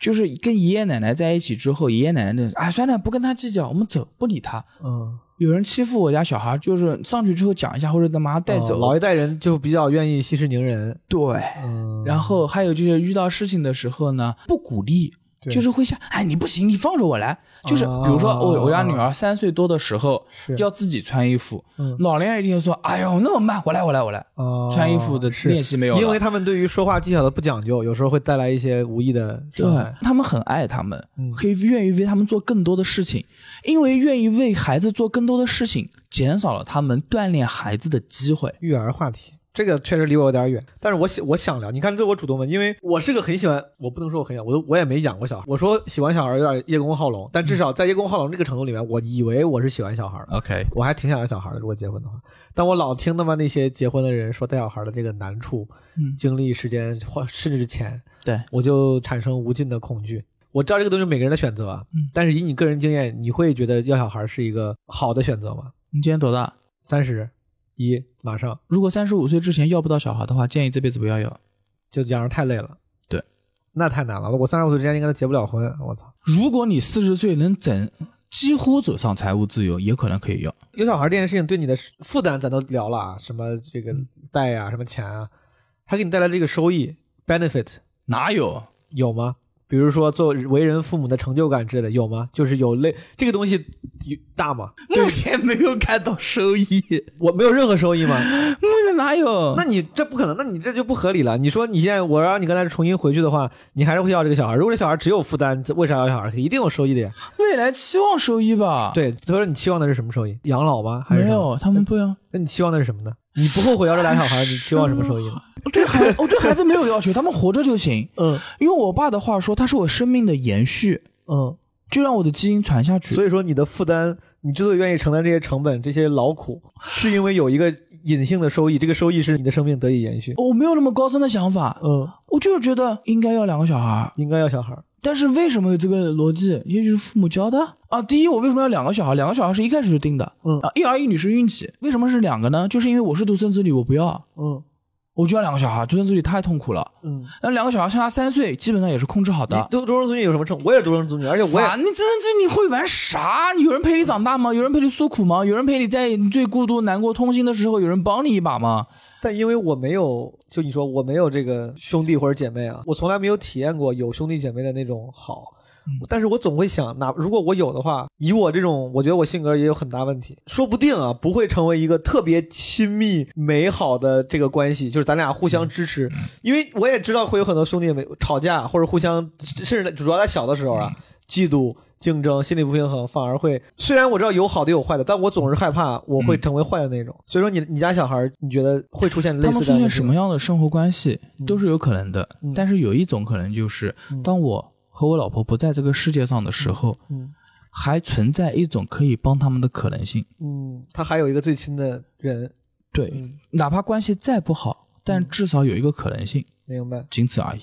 S1: 就是跟爷爷奶奶在一起之后，爷爷奶奶那种啊，算了，不跟他计较，我们走，不理他。
S2: 嗯，
S1: 有人欺负我家小孩，就是上去之后讲一下，或者他妈带走。
S2: 嗯老一代人就比较愿意息事宁人，
S1: 对，
S2: 嗯，
S1: 然后还有就是遇到事情的时候呢，不鼓励，
S2: 对
S1: 就是会想，哎，你不行，你放着我来。就是
S2: 啊
S1: 比如说我我家女
S2: 哦
S1: 儿三岁多的时候
S2: 是
S1: 要自己穿衣服
S2: 嗯，
S1: 老年人一定说，哎呦那么慢，我来我来我来。
S2: 哦
S1: 穿衣服的
S2: 是
S1: 练习没有了，
S2: 因为他们对于说话技巧的不讲究，有时候会带来一些无意的
S1: 对
S2: 伤害。
S1: 他们很爱他们
S2: 嗯，
S1: 可以愿意为他们做更多的事情，因为愿意为孩子做更多的事情，减少了他们锻炼孩子的机会。
S2: 育儿话题，这个确实离我有点远，但是我想我想聊。你看，这我主动问，因为我是个很喜欢，我不能说我很喜欢，我都我也没养过小孩。我说喜欢小孩有点叶公好龙，但至少在叶公好龙这个程度里面，我以为我是喜欢小孩的。
S1: OK，
S2: 我还挺想要小孩的，如果结婚的话。但我老听他妈那些结婚的人说带小孩的这个难处，
S1: 嗯
S2: 精力、时间或甚至是钱，
S1: 对
S2: 我就产生无尽的恐惧。我知道这个东西是每个人的选择，啊
S1: 嗯
S2: 但是以你个人经验，你会觉得要小孩是一个好的选择吗？
S1: 你今年多大？
S2: 三十一，马上
S1: 如果三十五岁之前要不到小孩的话，建议这辈子不要有。
S2: 就养着太累了，
S1: 对，
S2: 那太难了。我三十五岁之前应该都结不了婚，我操！
S1: 如果你四十岁能整，几乎走上财务自由，也可能可以要。
S2: 有小孩这件事情对你的负担，咱都聊了啊，什么这个
S1: 嗯
S2: 贷啊，什么钱啊，它给你带来这个收益 benefit，
S1: 哪有？
S2: 有吗？比如说做为人父母的成就感之类的，有吗？就是有类这个东西有大吗？
S1: 目前没有看到收益，
S2: 我没有任何收益吗？
S1: 目前哪有？
S2: [laughs] 那你这不可能，那你这就不合理了。你说你现在我让你跟他重新回去的话，你还是会要这个小孩。如果这小孩只有负担，这为啥要小孩？一定有收益的呀。
S1: 未来期望收益吧？，
S2: 对，所以说你期望的是什么收益？养老吗？还是
S1: 没
S2: 什么？
S1: 有，他们不要。
S2: 那你期望的是什么呢？你不后悔要这俩小孩，你期望什么收益呢？
S1: 我 [laughs] 对孩，我对孩子没有要求，他们活着就行。
S2: 嗯
S1: 用我爸的话说，他是我生命的延续，
S2: 嗯，
S1: 就让我的基因传下去。
S2: 所以说你的负担，你之所以愿意承担这些成本、这些劳苦，是因为有一个隐性的收益，这个收益是你的生命得以延续。
S1: 我没有那么高深的想法，
S2: 嗯，
S1: 我就是觉得应该要两个小孩儿。
S2: 应该要小孩。
S1: 但是为什么有这个逻辑？也许是父母教的啊。第一，我为什么要两个小孩？两个小孩是一开始就定的，
S2: 嗯
S1: 啊，一儿一女是运气。为什么是两个呢？就是因为我是独生子女，我不要，
S2: 嗯
S1: 我就要两个小孩，独生子女太痛苦了。
S2: 嗯。
S1: 那两个小孩相差三岁，基本上也是控制好
S2: 你
S1: 的。
S2: 独独生子女有什么成？我也是独生子女，而且我也
S1: 烦，你真的就你会玩啥？有人陪你长大吗？有人陪你诉苦吗？有人陪你在你最孤独、难过、痛心的时候，有人帮你一把吗？
S2: 但因为我没有，就你说我没有这个兄弟或者姐妹啊，我从来没有体验过有兄弟姐妹的那种好。但是我总会想，哪如果我有的话，以我这种，我觉得我性格也有很大问题，说不定啊，不会成为一个特别亲密美好的这个关系，就是咱俩互相支持。因为我也知道会有很多兄弟姐妹吵架，或者互相，甚至主要在小的时候啊，嫉妒、竞争、心理不平衡，反而会。虽然我知道有好的有坏的，但我总是害怕我会成为坏的那种。所以说你，你家小孩儿，你觉得会出现类
S1: 他们
S2: 似的
S1: 出
S2: 问
S1: 现
S2: 题吗
S1: 什么？样的生活关系都是有可能的，
S2: 嗯
S1: 但是有一种可能就是，
S2: 嗯
S1: 当我和我老婆不在这个世界上的时候，
S2: 嗯
S1: 还存在一种可以帮他们的可能性。
S2: 嗯，他还有一个最亲的人，
S1: 对，
S2: 嗯
S1: 哪怕关系再不好，但
S2: 嗯
S1: 至少有一个可能性，
S2: 明白？
S1: 仅此而已。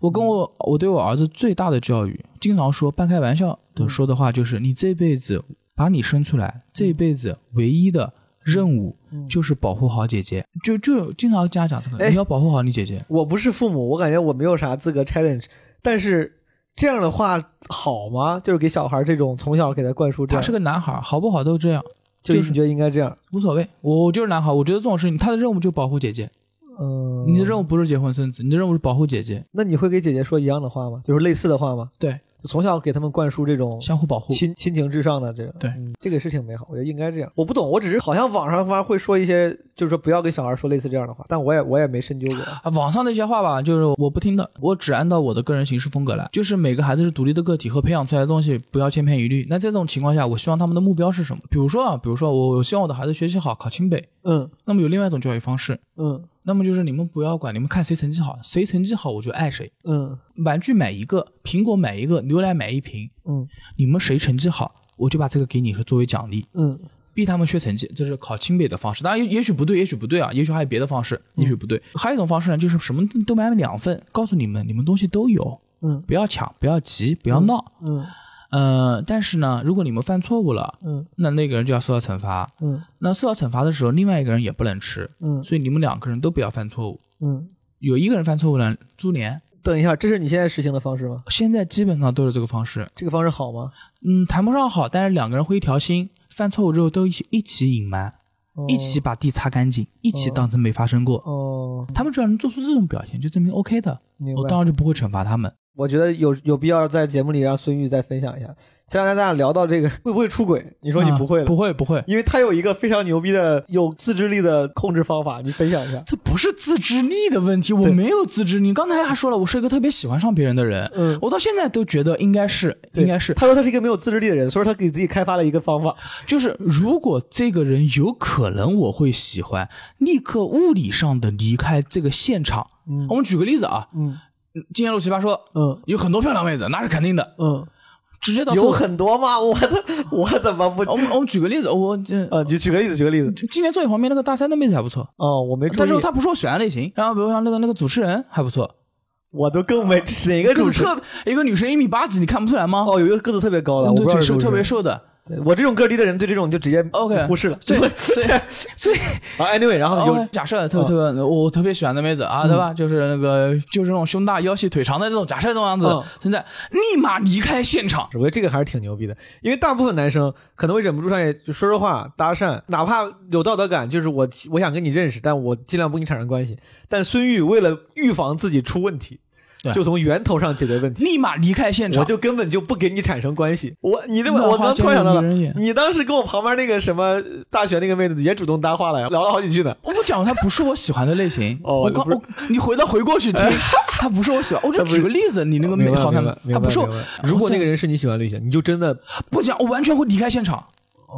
S1: 我跟我我对我儿子最大的教育，经常说半开玩笑的说的话就是：你这辈子把你生出来，这辈子唯一的任务
S2: 嗯
S1: 就是保护好姐姐。就就经常家长这个，
S2: 哎
S1: 你要保护好你姐姐。
S2: 我不是父母，我感觉我没有啥资格 challenge，但是这样的话好吗？就是给小孩儿这种从小给他灌输这
S1: 他
S2: 样，
S1: 是个男孩，好不好都这样，
S2: 就
S1: 就是
S2: 你觉得应该这样？
S1: 无所谓。我我就是男孩，我觉得这种事情，他的任务就保护姐姐。
S2: 嗯，
S1: 你的任务不是结婚生子，你的任务是保护姐姐。
S2: 那你会给姐姐说一样的话吗？就是类似的话吗？
S1: 对，
S2: 就从小给他们灌输这种
S1: 相互保护。
S2: 亲亲情至上的这个，
S1: 对
S2: 嗯这个是挺美好，我觉得应该这样。我不懂，我只是好像网上他妈会说一些，就是说不要跟小孩说类似这样的话，但我也我也没深究
S1: [laughs]
S2: 过。
S1: 啊，网上那些话吧，就是我不听的，我只按照我的个人行事风格来。就是每个孩子是独立的个体和培养出来的东西不要千篇一律。那这种情况下，我希望他们的目标是什么？比如说啊，比如说我我希望我的孩子学习好，考清北。
S2: 嗯
S1: 那么有另外一种教育方式，
S2: 嗯
S1: 那么就是你们不要管，你们看谁成绩好，谁成绩好我就爱谁。
S2: 嗯
S1: 玩具买一个，苹果买一个，牛奶买一瓶，
S2: 嗯
S1: 你们谁成绩好，我就把这个给你作为奖励，
S2: 嗯
S1: 逼他们学成绩，这是考清北的方式。当然，也也许不对，也许不对啊，也许还有别的方式，
S2: 嗯
S1: 也许不对。还有一种方式呢，就是什么都买两份，告诉你们，你们东西都有，
S2: 嗯
S1: 不要抢，不要急，不要闹。
S2: 嗯
S1: 呃，但是呢，如果你们犯错误了，
S2: 嗯
S1: 那那个人就要受到惩罚。
S2: 嗯
S1: 那受到惩罚的时候，另外一个人也不能吃，
S2: 嗯
S1: 所以你们两个人都不要犯错误。
S2: 嗯。
S1: 有一个人犯错误了，株连。
S2: 等一下，这是你现在实行的方式吗？
S1: 现在基本上都是这个方式，
S2: 这个方式好吗？
S1: 嗯，谈不上好，但是两个人会一条心，犯错误之后都一起一起隐瞒，
S2: 哦
S1: 一起把地擦干净，一起当成没发生过。
S2: 哦，
S1: 他们只要能做出这种表现，就证明 OK 的，
S2: 明
S1: 我
S2: 白。
S1: 当然就不会惩罚他们。
S2: 我觉得有有必要在节目里让孙玉再分享一下。前两天咱俩聊到这个 [laughs] 会不会出轨，你说你
S1: 啊
S2: 不会了，
S1: 不会，不会，
S2: 因为他有一个非常牛逼的有自制力的控制方
S1: [laughs]
S2: 法，你分享一下。
S1: 这不是自制力的问题，我
S2: 对
S1: 没有自制力。刚才还说了，我是一个特别喜欢上别人的人，
S2: 嗯，
S1: 我到现在都觉得应该是，
S2: 对
S1: 应该是，
S2: 他说他是一个没有自制力的人，所以说他给自己开发了一个方法。
S1: 就是如果这个人有可能我会喜欢，立刻物理上的离开这个现场。
S2: 嗯
S1: 我们举个例子啊，
S2: 嗯
S1: 今天录奇葩说
S2: 嗯
S1: 有很多漂亮妹子，那是肯定的，
S2: 嗯，
S1: 直接到
S2: 有
S1: 厕所
S2: 很多吗？ [laughs] 我的我怎么不？
S1: 我们我们举个例子，我这
S2: 啊，你举个例子，举个例子。
S1: 今年坐你旁边那个大三的妹子还不错，
S2: 哦，我没注
S1: 嗯但是
S2: 意，
S1: 她不是我喜欢的类型。然后比如像那个那个主持人还不错，
S2: 我都更没哪个
S1: 个
S2: 主
S1: 子
S2: 持人
S1: 哦哎特一个女生一米八几，你看不出来吗？
S2: 哦，有一个个子特别高的，
S1: 嗯
S2: 我
S1: 对，
S2: 不知道
S1: 腿
S2: 是
S1: 瘦
S2: 不是
S1: 特别瘦的。
S2: 对我这种个低的人对这种就直接
S1: OK，
S2: 忽视了。 [laughs]
S1: 对，所以 [laughs] 所以
S2: 啊，anyway，然后有
S1: 哦
S2: 哦嗯
S1: OK，假设特别特别，我特别喜欢的妹子啊，对吧？就是那个就是那种胸大腰细腿长的这种，假设这种样子
S2: 嗯，
S1: 现在立马离开现场。
S2: 我觉得这个还是挺牛逼的，因为大部分男生可能会忍不住上去就说说话、搭讪，哪怕有道德感，就是我我想跟你认识，但我尽量不跟你产生关系。但孙玉为了预防自己出问题，
S1: 对
S2: 就从源头上解决问题。
S1: 立马离开现场。
S2: 我就根本就不跟你产生关系。我你这
S1: 那
S2: 我
S1: 花
S2: 刚
S1: 间
S2: 突然想到
S1: 有迷人
S2: 了
S1: 眼，
S2: 你当时跟我旁边那个什么大学那个妹子也主动搭话了呀，聊了好几句呢。
S1: 我不讲，他不是我喜欢的类型。
S2: 哦
S1: 我刚
S2: 不是
S1: 我你回到回过
S2: [laughs]
S1: 去听，他不是我喜欢。我就举个例子，你那个
S2: 哦明
S1: 美
S2: 白
S1: 好看
S2: 明白，明
S1: 他
S2: 白
S1: 不是我
S2: 明白。如果那个人是你喜欢的类型，你就真的
S1: 不讲，我完全会离开现场，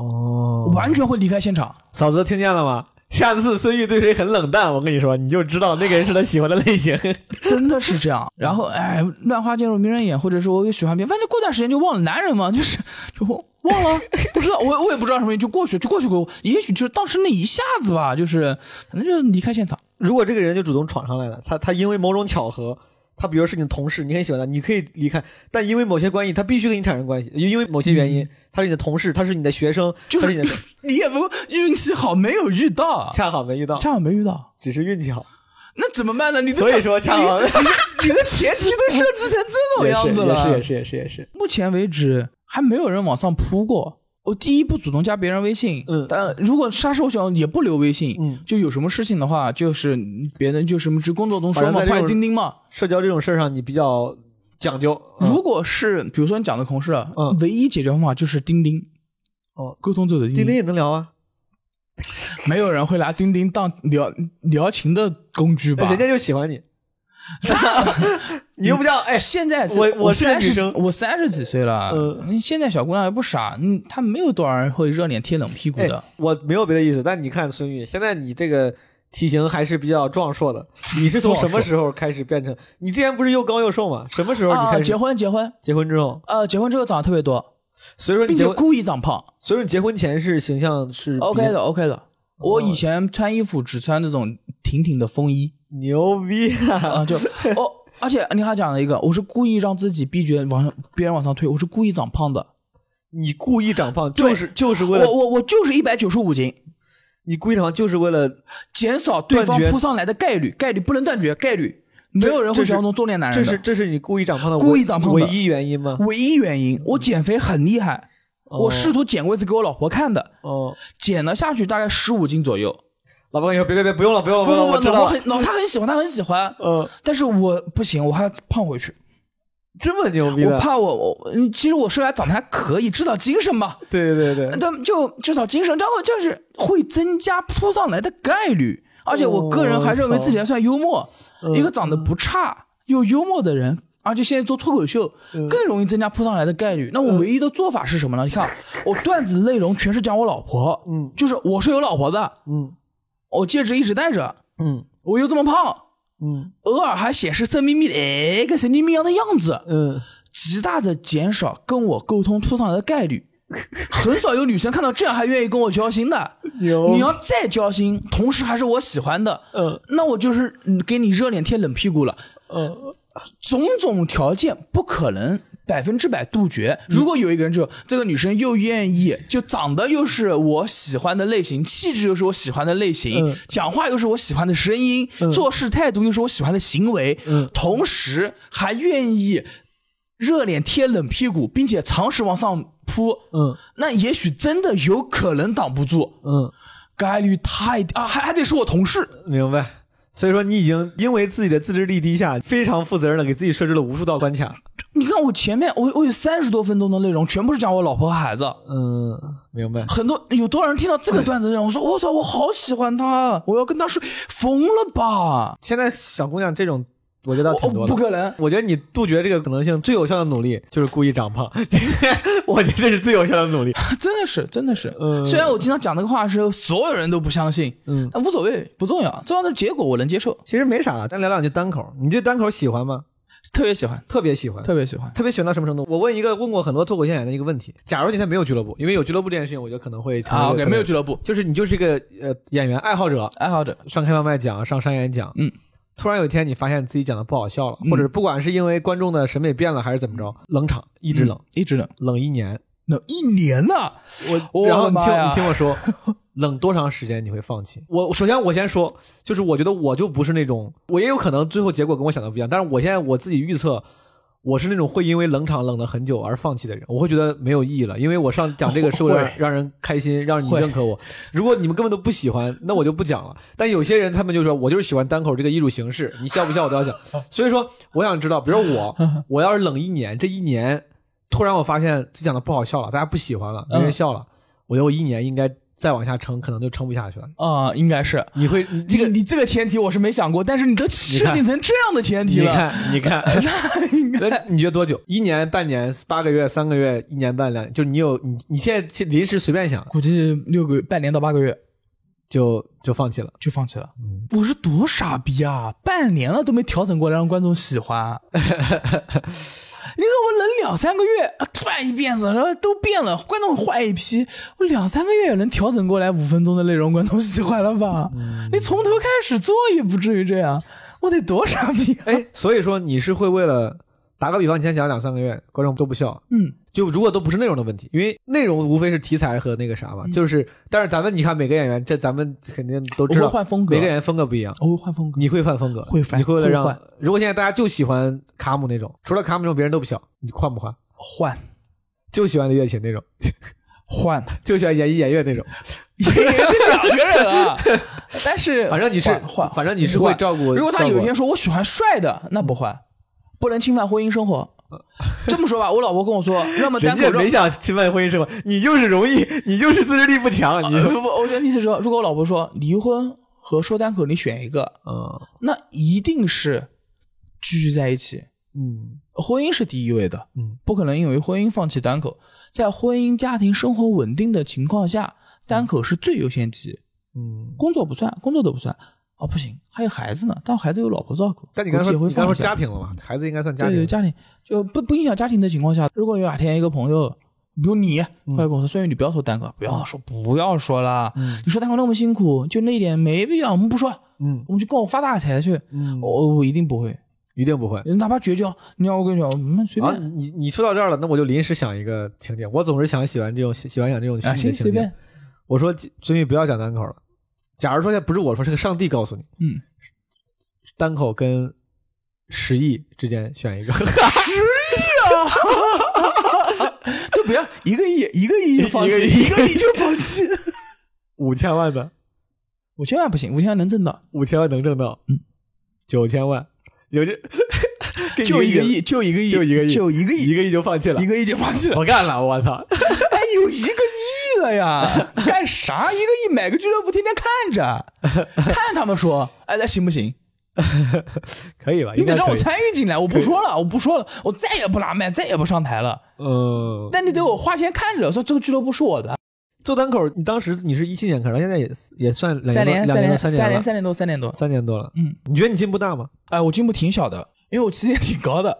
S2: 哦
S1: 完全会离开现场。
S2: 嫂子听见了吗？下次孙玉对谁很冷淡，我跟你说，你就知道那个人是他喜欢的类 [laughs] 型。
S1: 真的是这
S2: [laughs]
S1: 样。然后哎，乱花渐入迷人眼，或者说我又喜欢别人，反正过段时间就忘了。男人嘛， [laughs] 就是就忘了，不知道我我也不知道什么原因，就过去就过去过去，也许就是当时那一下子吧，就是反正就离开现场。
S2: 如果这个人就主动闯上来了，他他因为某种巧合，他比如是你的同事，你很喜欢他，你可以离开，但因为某些关系，他必须跟你产生关系，因为某些原因，他是你的同事，他是你的学生，
S1: 就
S2: 嗯他是
S1: 是
S2: 你的，
S1: 你也不运气好，没有遇到，
S2: 恰好没遇到，
S1: 恰好没遇到，
S2: 只是运气好。
S1: 那怎么办呢？你的
S2: 所以
S1: 整
S2: 说恰好
S1: 你的前提都设置成这种
S2: [laughs] 也
S1: 样
S2: 是
S1: 子了，
S2: 也是也是也是也是，
S1: 目前为止还没有人往上扑过。我第一不主动加别人微信，
S2: 嗯
S1: 但如果杀手锏也不留微信，
S2: 嗯
S1: 就有什么事情的话，就是别人就什么只工作中说嘛，
S2: 反正在这
S1: 快
S2: 种
S1: 钉钉嘛。
S2: 社交这种事儿上你比较讲究，嗯
S1: 如果是比如说你讲的同事，
S2: 嗯
S1: 唯一解决方法就是钉钉，
S2: 哦，
S1: 沟通者的钉
S2: 钉钉也能聊啊，
S1: 没有人会拿钉钉当聊聊情的工具吧？
S2: 人家就喜欢 [laughs] 你，你又不叫哎
S1: 哎，现在
S2: 我我
S1: 我
S2: 是个
S1: 三
S2: 女
S1: 十几
S2: 生，
S1: 我三十几岁了，
S2: 嗯
S1: 现在小姑娘也不傻，嗯，她没有多少人会热脸贴冷屁股的。
S2: 哎。我没有别的意思，但你看孙玉，现在你这个体型还是比较壮硕的。你是从什么时候开始变成？你之前不是又高又瘦吗？什么哎时候你
S1: 啊，
S2: 开始、
S1: 结婚结婚，
S2: 结婚之后？
S1: 呃，结婚之后长得特别多，
S2: 所以说你
S1: 并
S2: 结
S1: 且
S2: 婚，
S1: 故意长胖。
S2: 所以说你结婚前是形象是比
S1: OK 的，OK 的。我以前穿衣服只穿那种挺挺的风衣
S2: 牛逼
S1: 啊、
S2: 啊！ [laughs]
S1: 就哦，而且你还讲了一个，我是故意让自己逼绝往上，别人往上推，我是故意长胖的。
S2: 你故意长胖
S1: 对
S2: 就是就是
S1: 我
S2: 为了
S1: 我我就是一百九十五斤，
S2: 你故意长胖就是为了，
S1: 减少对方
S2: 断绝
S1: 扑上来的概率，概率不能断绝，概率没有人
S2: 这
S1: 会
S2: 是
S1: 喜欢那种中年男
S2: 这
S1: 人
S2: 是
S1: 的。
S2: 这是你故意长胖的唯
S1: 故意长胖的
S2: 唯一原因吗？
S1: 唯一原因，我减肥很厉害，
S2: 哦
S1: 我试图减过一次给我老婆看的，
S2: 哦，
S1: 减了下去大概十五斤左右。
S2: 老婆跟你说别别别不用了不用了
S1: 不
S2: 用了，
S1: 不
S2: 哦我
S1: 不，
S2: 知
S1: 老婆
S2: 道了。
S1: 很老她很喜欢，她很喜欢，
S2: 呃，
S1: 但是我不行，我还要胖回去，
S2: 这么牛逼
S1: 我
S2: 的，
S1: 怕我我，嗯其实我虽然长得还可以，至少精神吧，
S2: 对对对，
S1: 但就至少精神，然后就是会增加扑上来的概率。而且我个人还认为自己还算幽默，
S2: 嗯
S1: 一个长得不差又幽默的人，而且现在做脱口秀更容易增加扑上来的概率。那我唯一的做法是什么呢？你看，我段子内容全是讲我老婆，
S2: 嗯
S1: 就是我是有老婆的，
S2: 嗯
S1: 我戒指一直戴着，
S2: 嗯
S1: 我又这么胖，
S2: 嗯
S1: 偶尔还显示色眯眯的，哎，跟神经病一样的样子，
S2: 嗯，
S1: 极大的减少跟我沟通扑上来的概率。很少有女生看到这样还愿意跟我交心的。
S2: 牛
S1: 你要再交心，同时还是我喜欢的，
S2: 嗯
S1: 那我就是嗯给你热脸贴冷屁股了。
S2: 嗯
S1: 种种条件不可能百分之百杜绝。如果有一个人就这个女生又愿意，就长得又是我喜欢的类型，气质又是我喜欢的类型，
S2: 嗯
S1: 讲话又是我喜欢的声音，
S2: 嗯
S1: 做事态度又是我喜欢的行为，
S2: 嗯
S1: 同时还愿意热脸贴冷屁股，并且尝试往上扑，
S2: 嗯
S1: 那也许真的有可能挡不住。
S2: 嗯，
S1: 概率太啊，还还得是我同事，
S2: 明白。所以说，你已经因为自己的自制力低下，非常负责任的给自己设置了无数道关卡。
S1: 你看我前面，我我有三十多分钟的内容，全部是讲我老婆和孩子。
S2: 嗯，明白。
S1: 很多有多少人听到这个段子让我说，我操，我好喜欢他，我要跟他睡，疯了吧？
S2: 现在小姑娘这种，我觉得倒挺
S1: 我
S2: 多
S1: 不
S2: 的。
S1: 可能， [laughs]
S2: 我觉得你杜绝这个可能性最有效的努力就是故意长胖， [laughs] 我觉得这是最有效的努力。
S1: 真的是，真的是。
S2: 嗯
S1: 虽然我经常讲这个话的时候，所有人都不相信，
S2: 嗯，
S1: 但无所谓，不重要，重要的是结果我能接受，
S2: 其实没啥了，咱聊两句单口。你对单口喜欢吗？
S1: 特别喜欢，
S2: 特别喜欢，
S1: 特别喜欢。
S2: 特别喜欢到什么程度？我问一个问过很多脱口秀演员的一个问题：假如今天没有俱乐部，因为有俱乐部这件事情，我觉得可能会成为
S1: 啊
S2: 一个
S1: ，OK，
S2: 可能
S1: 没有俱乐部，
S2: 就是你就是一个呃演员爱好者，
S1: 爱好者，
S2: 上开放麦讲，上商演讲，
S1: 嗯，
S2: 突然有一天你发现自己讲的不好笑了，
S1: 嗯
S2: 或者不管是因为观众的审美变了还是怎么着，冷场一
S1: 一
S2: 直冷，，
S1: 一直冷，
S2: 冷一年。
S1: 冷一年呢。我
S2: 然后
S1: 的
S2: 你
S1: 妈
S2: 听
S1: 呀
S2: 你听我说，冷多长时间你会放弃？我首先我先说，就是我觉得我就不是那种，我也有可能最后结果跟我想的不一样，但是我现在我自己预测，我是那种会因为冷场冷了很久而放弃的人，我会觉得没有意义了，因为我上讲这个是为了
S1: 会
S2: 让人开心，让你
S1: 会
S2: 认可 [laughs] 我。如果你们根本都不喜欢，那我就不讲了。但有些人他们就说，我就是喜欢单口这个艺术形式，你笑不笑我都要讲。所以说，我想知道，比如
S1: [laughs]
S2: 说我，我要是冷一年，这一年突然我发现自己讲的不好笑了，大家不喜欢了，没人
S1: 嗯
S2: 笑了，我觉得我一年应该再往下撑，可能就撑不下去了。
S1: 啊、应该是
S2: 你会你
S1: 这个你这个前提我是没想过，但是你都设定成这样的前提
S2: 你
S1: 了，
S2: 看，你看， [laughs] 那你觉得多久？一年、半年、八个月、三个月、一年半、两年，就是你有你你现在去临时随便想，
S1: 估计六个月、半年到八个月
S2: 就就放弃了。
S1: 就放弃了。
S2: 嗯
S1: 我是多傻逼啊！半年了都没调整过来让观众喜
S2: [laughs]
S1: 欢。你说我冷两三个月，啊突然一变色，然后都变了，观众换一批，我两三个月也能调整过来五分钟的内容，观众喜欢了吧？
S2: 嗯
S1: 你从头开始做也不至于这样，我得多傻逼、啊！
S2: 哎，所以说你是会为了打个比方，你先讲两三个月，观众都不笑，
S1: 嗯，
S2: 就如果都不是内容的问题，因为内容无非是题材和那个啥
S1: 嗯
S2: 嘛，就是但是咱们你看每个演员，这咱们肯定都知
S1: 我
S2: 道
S1: 会，换风格
S2: 每个演员风格不一样。
S1: 我会换风格，
S2: 你会换风格，
S1: 会换
S2: 你会为了
S1: 会
S2: 让
S1: 换，
S2: 如果现在大家就喜欢卡姆那种，除了卡姆那种，别人都不笑，你换不换？
S1: 换
S2: 就喜欢李月琴那种， [laughs]
S1: 换，
S2: 就喜欢演艺演乐那种，
S1: 这两个人啊， [laughs] 但是
S2: 反正你是
S1: 换换，
S2: 反正你是会
S1: 换
S2: 照顾。
S1: 如果他有一天
S2: 效
S1: 说我喜欢帅的，那不换，不能侵犯婚姻生活。这么说吧，我老婆跟我说，那么
S2: 果
S1: 哦单口肉，
S2: 想侵犯婚姻生活，你就是容易，你就是自制力不强，你
S1: [laughs] 不不，我的意思是说，如果我老婆说离婚和说单口你选一个，
S2: 嗯
S1: 那一定是继续在一起，
S2: 嗯
S1: 婚姻是第一位的，
S2: 嗯，
S1: 不可能因为婚姻放弃单口。在婚姻家庭生活稳定的情况下，单口是最优先级，
S2: 嗯。
S1: 工作不算，工作都不算。哦，不行，还有孩子呢，但孩子有老婆照顾，
S2: 但你刚才
S1: 估计也会
S2: 说你刚
S1: 放
S2: 才说
S1: 一下
S2: 家庭了嘛，孩子应该算家
S1: 对
S2: 庭
S1: 对，。家庭就不不影响家庭的情况下，如果有哪天一个朋友，比如你，
S2: 嗯
S1: 快跟我说，孙宇，你不要说单口，不要说，不要说啦，
S2: 嗯
S1: 你说单口那么辛苦，就那一点没必要，我们不说了，
S2: 嗯
S1: 我们就跟我发大财去。
S2: 嗯，
S1: 我、我一定不会，
S2: 一定不会。
S1: 哪怕绝交，你要我跟你讲，我们随
S2: 啊，
S1: 便
S2: 你你说到这儿了，那我就临时想一个情景，我总是想喜欢这种喜喜欢想这种虚
S1: 啊，
S2: 拟的
S1: 行，随
S2: 情景
S1: 便。，
S2: 我说最近不要讲单口了，假如说现在不是我说，是个上帝告诉你，
S1: 嗯，
S2: 单口跟十亿之间选一个， [laughs]
S1: 都不要一个亿， [laughs] 一个亿就放弃，
S2: 一
S1: 一个亿就放弃，
S2: 五千万的，
S1: 五千万不行，五千万能挣到，
S2: 五千万能挣到，
S1: 嗯，
S2: 九千万，
S1: [laughs]
S2: 有这给你
S1: 就一个
S2: 例
S1: 亿，就一个亿，
S2: 就一个亿
S1: 就一个
S2: 子，一
S1: 亿，
S2: 个亿就放弃了
S1: 一，个亿就放弃了。
S2: 不干了，我操！
S1: 哎，有一个亿了
S2: [laughs]
S1: 呀，干啥？一个亿买个俱乐部，天天看着，看他们说，哎，那行不行？
S2: 可以吧？
S1: 你
S2: 应该
S1: 得让
S2: 可
S1: 我
S2: 以。
S1: 参与进来，我不说了，我不说了，我再也不拉麦，再也不上台了。
S2: 嗯，
S1: 但你得我花钱看着，说这个俱乐部是我的，
S2: 做单口，你当时你是一七年开始，到现在也也算两
S1: 三
S2: 年
S1: 年
S2: 多、
S1: 三
S2: 两年多、
S1: 年
S2: 三
S1: 三
S2: 年了
S1: 年三年多三年多。
S2: 三年多了。
S1: 嗯，
S2: 你觉得你进步大吗？
S1: 哎，我进步挺小的，因为我起点挺高的。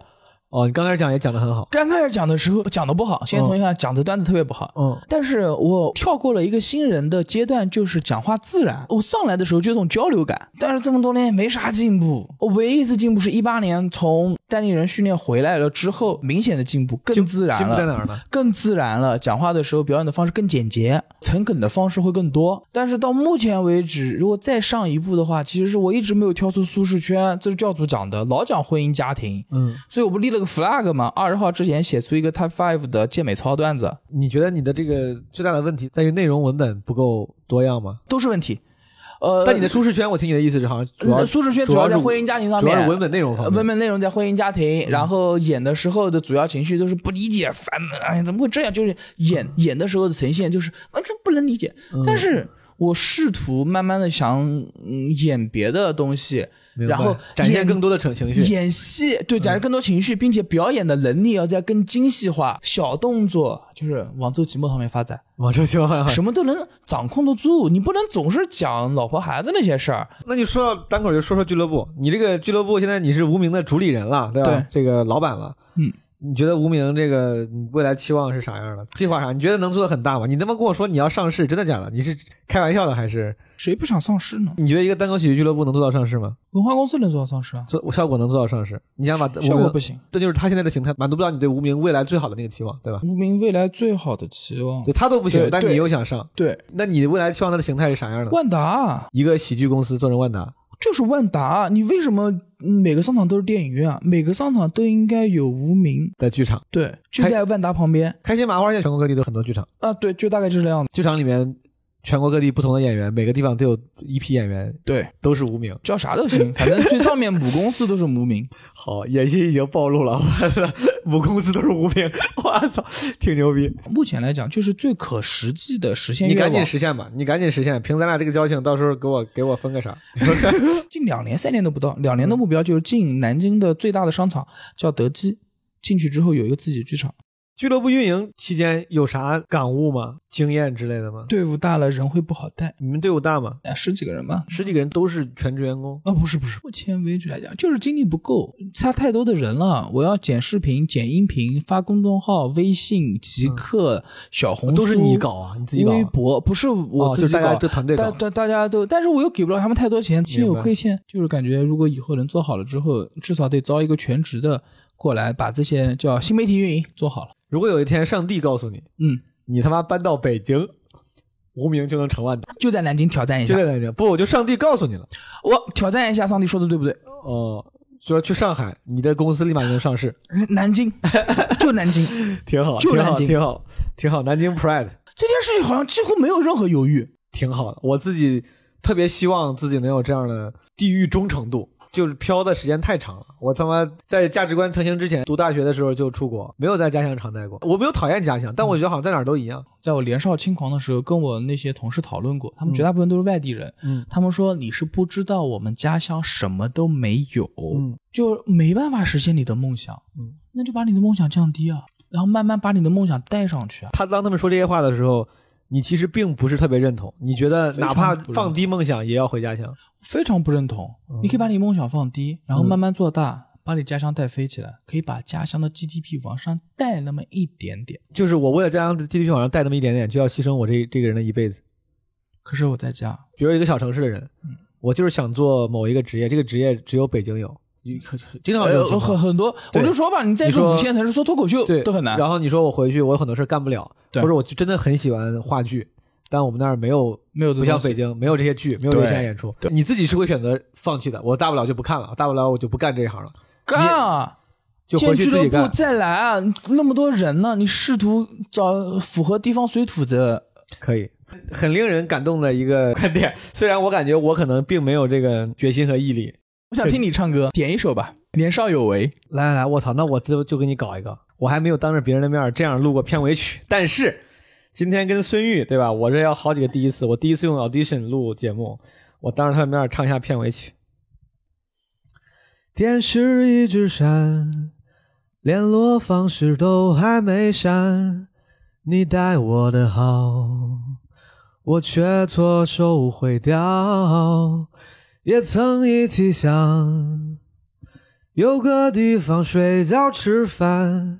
S2: 哦，你刚开始讲也讲的很好。
S1: 刚开始讲的时候讲的不好，现在重新看讲的段子特别不好。
S2: 嗯
S1: 但是我跳过了一个新人的阶段，就是讲话自然。
S2: 嗯
S1: 我上来的时候就有种交流感，但是这么多年也没啥进步。我唯一一次进步是一八年从单立人训练回来了之后，明显的进步，更自然
S2: 进步在
S1: 了。
S2: 哪儿呢？
S1: 更自然了，讲话的时候表演的方式更简洁，层梗的方式会更多。但是到目前为止，如果再上一步的话，其实是我一直没有跳出舒适圈。这是教主讲的，老讲婚姻家庭，
S2: 嗯，
S1: 所以我不立了个 flag 嘛，二十号之前写出一个 Type Five 的健美操段子，
S2: 你觉得你的这个最大的问题在于内容文本不够多样吗？
S1: 都是问题。呃，
S2: 但你的舒适圈，我听你的意思是好像主要
S1: 呃舒适圈
S2: 主
S1: 主要
S2: 要是
S1: 在婚姻家庭上
S2: 主
S1: 面，
S2: 要是文本内容方
S1: 呃
S2: 面。嗯
S1: 文本内容在婚姻家庭，然后演的时候的主要情绪都是不理解、烦闷，哎呀，怎么会这样？就是演
S2: 嗯
S1: 演的时候的呈现就是完全不能理解。但是我试图慢慢的想、嗯、演别的东西，
S2: 明白
S1: 然后
S2: 展现
S1: 演
S2: 更多的情情绪。嗯
S1: 演戏对展示更多情绪，并且表演的能力要再更精细化，小动作就是往周奇墨方面发展，
S2: [laughs] 往啊这情况
S1: 什么都能掌控得住。你不能总是讲老婆孩子那些事儿，
S2: 那你说到单口，就说说俱乐部。你这个俱乐部现在你是无名的主理人了，对吧？
S1: 对
S2: 这个老板了。
S1: 嗯，
S2: 你觉得无名这个你未来期望是啥样的？计划啥？你觉得能做的很大吗？你他妈跟我说你要上市，真的假的？你是开玩笑的还是？
S1: 谁不想上市呢？
S2: 你觉得一个单口喜剧俱乐部能做到上市吗？
S1: 文化公司能做到上市啊？
S2: 做效果能做到上市？你想把
S1: 效
S2: 无
S1: 果
S2: 名
S1: 不，行。
S2: 这就是他现在的形态，满足不了你对无名未来最好的那个期望，对吧？
S1: 无名未来最好的期望
S2: 对，他都不行，
S1: 对
S2: 但你
S1: 对
S2: 又想上，
S1: 对
S2: 那你未来期望它的形态是啥样的？
S1: 万达啊
S2: 一个喜剧公司做成万达，
S1: 就是万达，啊你为什么每个商场都是电影院啊？每个商场都应该有无名，
S2: 的剧场，
S1: 对，就
S2: 还
S1: 在万达旁边
S2: 开心麻花现在全国各地都有很多剧场，
S1: 啊，对，就大概就是这样子。
S2: 剧场里面全国各地不同的演员，每个地方都有一批演员
S1: 对，
S2: 都是无名。
S1: 叫啥都 [laughs] 行，反正最上面母公司都是无名。
S2: 好，野心已经暴露了，完了，母公司都是无名， [laughs] 我操，挺牛逼！
S1: 目前来讲，就是最可实际的实现
S2: 你
S1: 愿
S2: 赶紧
S1: 望。
S2: 实现吧，你赶紧实现，凭咱俩这个交情，到时候给我给我分个啥？
S1: 近两年、三年都不到，两年的目标就是进南京的最大的商场，叫德基。进去之后有一个自己的剧场，
S2: 俱乐部运营期间有啥感悟吗？经验之类的吗？
S1: 队伍大了人会不好带，
S2: 你们队伍大吗？
S1: 啊，十几个人吧。
S2: 十几个人都是全职员工，
S1: 啊、不是不是，目前为止来讲，就是精力不够，差太多的人了。我要剪视频、剪音频、发公众号、微信、极客、小红书，
S2: 都是你搞嗯啊，你自己搞啊、
S1: 微博不是我
S2: 哦
S1: 自
S2: 就
S1: 己
S2: 大
S1: 搞，
S2: 家这团队搞
S1: 但但大家都，但是我又给不了他们太多钱，心里有
S2: 明白
S1: 亏欠，就是感觉如果以后能做好了之后，至少得招一个全职的过来，把这些叫新媒体运营做好了。
S2: 如果有一天上帝告诉你，
S1: 嗯，
S2: 你他妈搬到北京，无名就能成万达，
S1: 就在南京挑战一
S2: 就
S1: 下，
S2: 在那边。不，我就上帝告诉你了。
S1: 我挑战一下，上帝说的对不对？
S2: 哦、说去上海，你这公司立马就能上市，
S1: 南京， [laughs] 就南京，
S2: [laughs] 挺好，
S1: 就
S2: 挺好，
S1: 南京
S2: 挺好，挺好。南 [laughs] 京 Pride
S1: 这件事情好像几乎没有任何犹豫。
S2: 挺好的，我自己特别希望自己能有这样的地域忠诚度。就是飘的时间太长了，我他妈在价值观成型之前，读大学的时候就出国，没有在家乡常待过。我没有讨厌家乡，但我觉得好像在哪儿都一样。
S1: 在我年少轻狂的时候，跟我那些同事讨论过，他们
S2: 嗯
S1: 绝大部分都是外地人，
S2: 嗯
S1: 他们说你是不知道我们家乡什么都没有，
S2: 嗯，
S1: 就没办法实现你的梦想，
S2: 嗯，
S1: 那就把你的梦想降低啊，然后慢慢把你的梦想带上去啊。
S2: 他当他们说这些话的时候，你其实并不是特别认同，你觉得
S1: 非常
S2: 哪怕
S1: 不认同
S2: 放低梦想也要回家乡。
S1: 非常不认同，
S2: 嗯
S1: 你可以把你梦想放低，然后慢慢做大，把你家乡带飞起来，可以把家乡的 GDP 往上带那么一点点。
S2: 就是我为了家乡的 GDP 往上带那么一点点，就要牺牲我这这个人的一辈子。
S1: 可是我在家，
S2: 比如一个小城市的人，
S1: 嗯
S2: 我就是想做某一个职业，这个职业只有北京
S1: 嗯
S2: 有，你可经常有这种情
S1: 呃，
S2: 况
S1: 很很多，我
S2: 哎对
S1: 就说吧，你在一
S2: 你
S1: 个
S2: 说
S1: 五线城市说脱口秀
S2: 对
S1: 都很难。
S2: 然后你说我回去，我有很多事儿干不了，
S1: 对
S2: 或者我就真的很喜欢话剧，但我们那儿没有，
S1: 没有这
S2: 不像
S1: 东西
S2: 北京没有这些剧，没有这
S1: 对
S2: 些演出
S1: 对，
S2: 你自己是会选择放弃的。我大不了就不看了，大不了我就不干这一行了，
S1: 干啊！
S2: 就
S1: 建
S2: 回
S1: 俱
S2: 去自
S1: 乐
S2: 己
S1: 部
S2: 干。
S1: 再来啊！那么多人呢，你试图找符合地方水土的，
S2: 可以，很令人感动的一个观点。虽然我感觉我可能并没有这个决心和毅力。
S1: 我想听你唱歌，点一首吧，《年少有为》。
S2: 来来来，我操，那我就就给你搞一个。我还没有当着别人的面儿这样录过片尾曲， [laughs] 但是今天跟孙玉对吧？我这要好几个第一次，我第一次用 Audition 录节目，我当着他的面儿唱一下片尾曲。电视一直闪，联络方式都还没删，你待我的好，我却错手毁掉。也曾一起想，有个地方睡觉吃饭，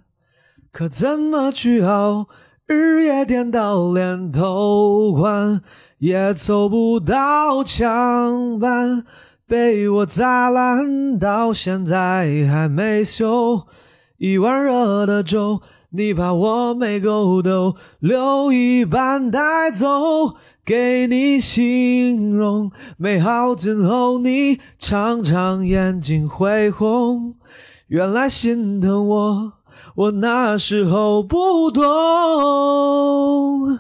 S2: 可怎么去熬？日夜颠倒，连头款也凑不到墙板，被我砸烂，到现在还没修。一碗热的粥，你怕我没够兜，留一半带走，给你形容美好今后，你常常眼睛会红。原来心疼我，我那时候不懂。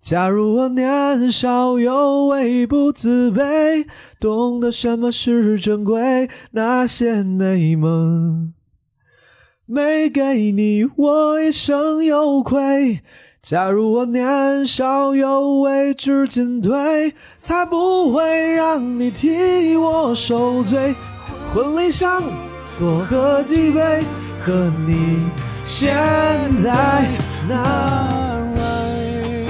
S2: 假如我年少有为，不自卑，懂得什么是珍贵，那些美梦。没给你，我一生有愧。假如我年少有为，知进退，才不会让你替我受罪。婚礼上多喝几杯，和你现在那位。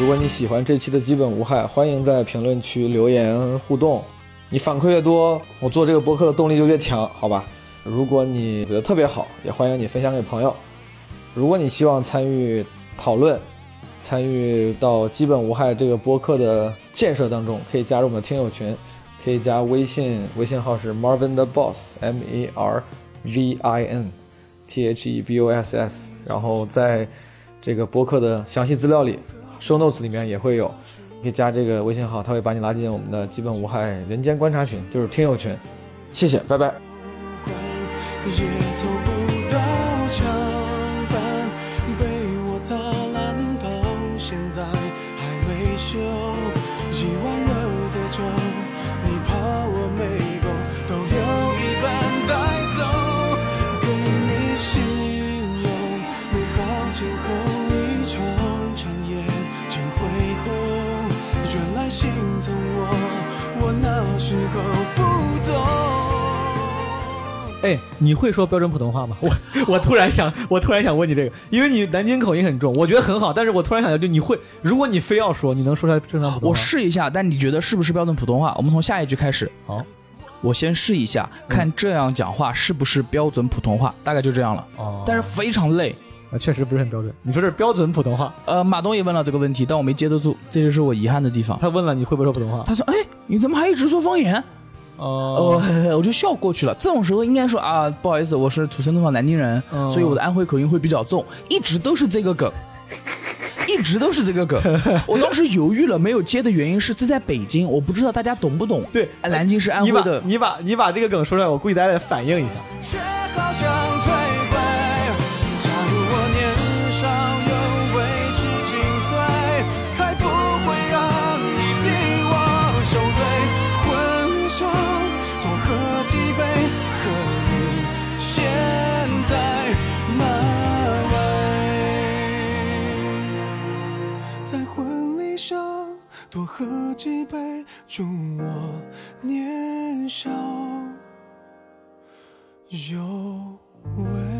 S5: 如果你喜欢这期的基本无害，欢迎在评论区留言互动。你反馈越多，我做这个播客的动力就越强，好吧？如果你觉得特别好，也欢迎你分享给朋友。如果你希望参与讨论，参与到基本无害这个播客的建设当中，可以加入我们的听友群，可以加微信，微信号是 Marvin the Boss，M A R V I N T H E B O S S，然后在这个播客的详细资料里，show notes 里面也会有。可以加这个微信号，他会把你拉进我们的基本无害人间观察群，就是听友群。谢谢，拜拜。
S6: 也凑不到墙板，被我砸烂到现在还没修。一碗热的粥，你怕我没够，都留一半带走。给你信用，美好今后你常常眼睛会红。原来心疼我，我那时候不懂。
S2: 哎，你会说标准普通话吗？我我突然想，我突然想问你这个，因为你南京口音很重，我觉得很好，但是我突然想到，就你会，如果你非要说，你能说出来正常普通话？
S1: 我试一下，但你觉得是不是标准普通话？我们从下一句开始。
S2: 好，嗯
S1: 我先试一下，看这样讲话是不是标准普通话，大概就这样了。
S2: 哦，
S1: 但是非常累。
S2: 啊确实不是很标准。你说这是标准普通话？
S1: 呃，马东也问了这个问题，但我没接得住，这就是我遗憾的地方。
S2: 他问了你会不会说普通话？
S1: 他说：“哎，你怎么还一直说方言？”
S2: 哦
S1: 哦，，我就笑过去了。这种时候应该说啊，不好意思，我是土生土长南京人，
S2: 嗯
S1: 所以我的安徽口音会比较重，一直都是这个梗，一直都是这个梗。我当时犹豫了没有接的原因是这在北京，我不知道大家懂不懂。
S2: 对
S1: 南京是安
S2: 你
S1: 徽
S2: 把
S1: 的，
S2: 你把你把这个梗说出来，我估计大家得反应一下。
S6: 却好像退回。假如我年少有为去进退，才不会让你替我受罪。混手多喝几杯，和你现在那位。在婚礼上多喝几杯，祝我年少。有为。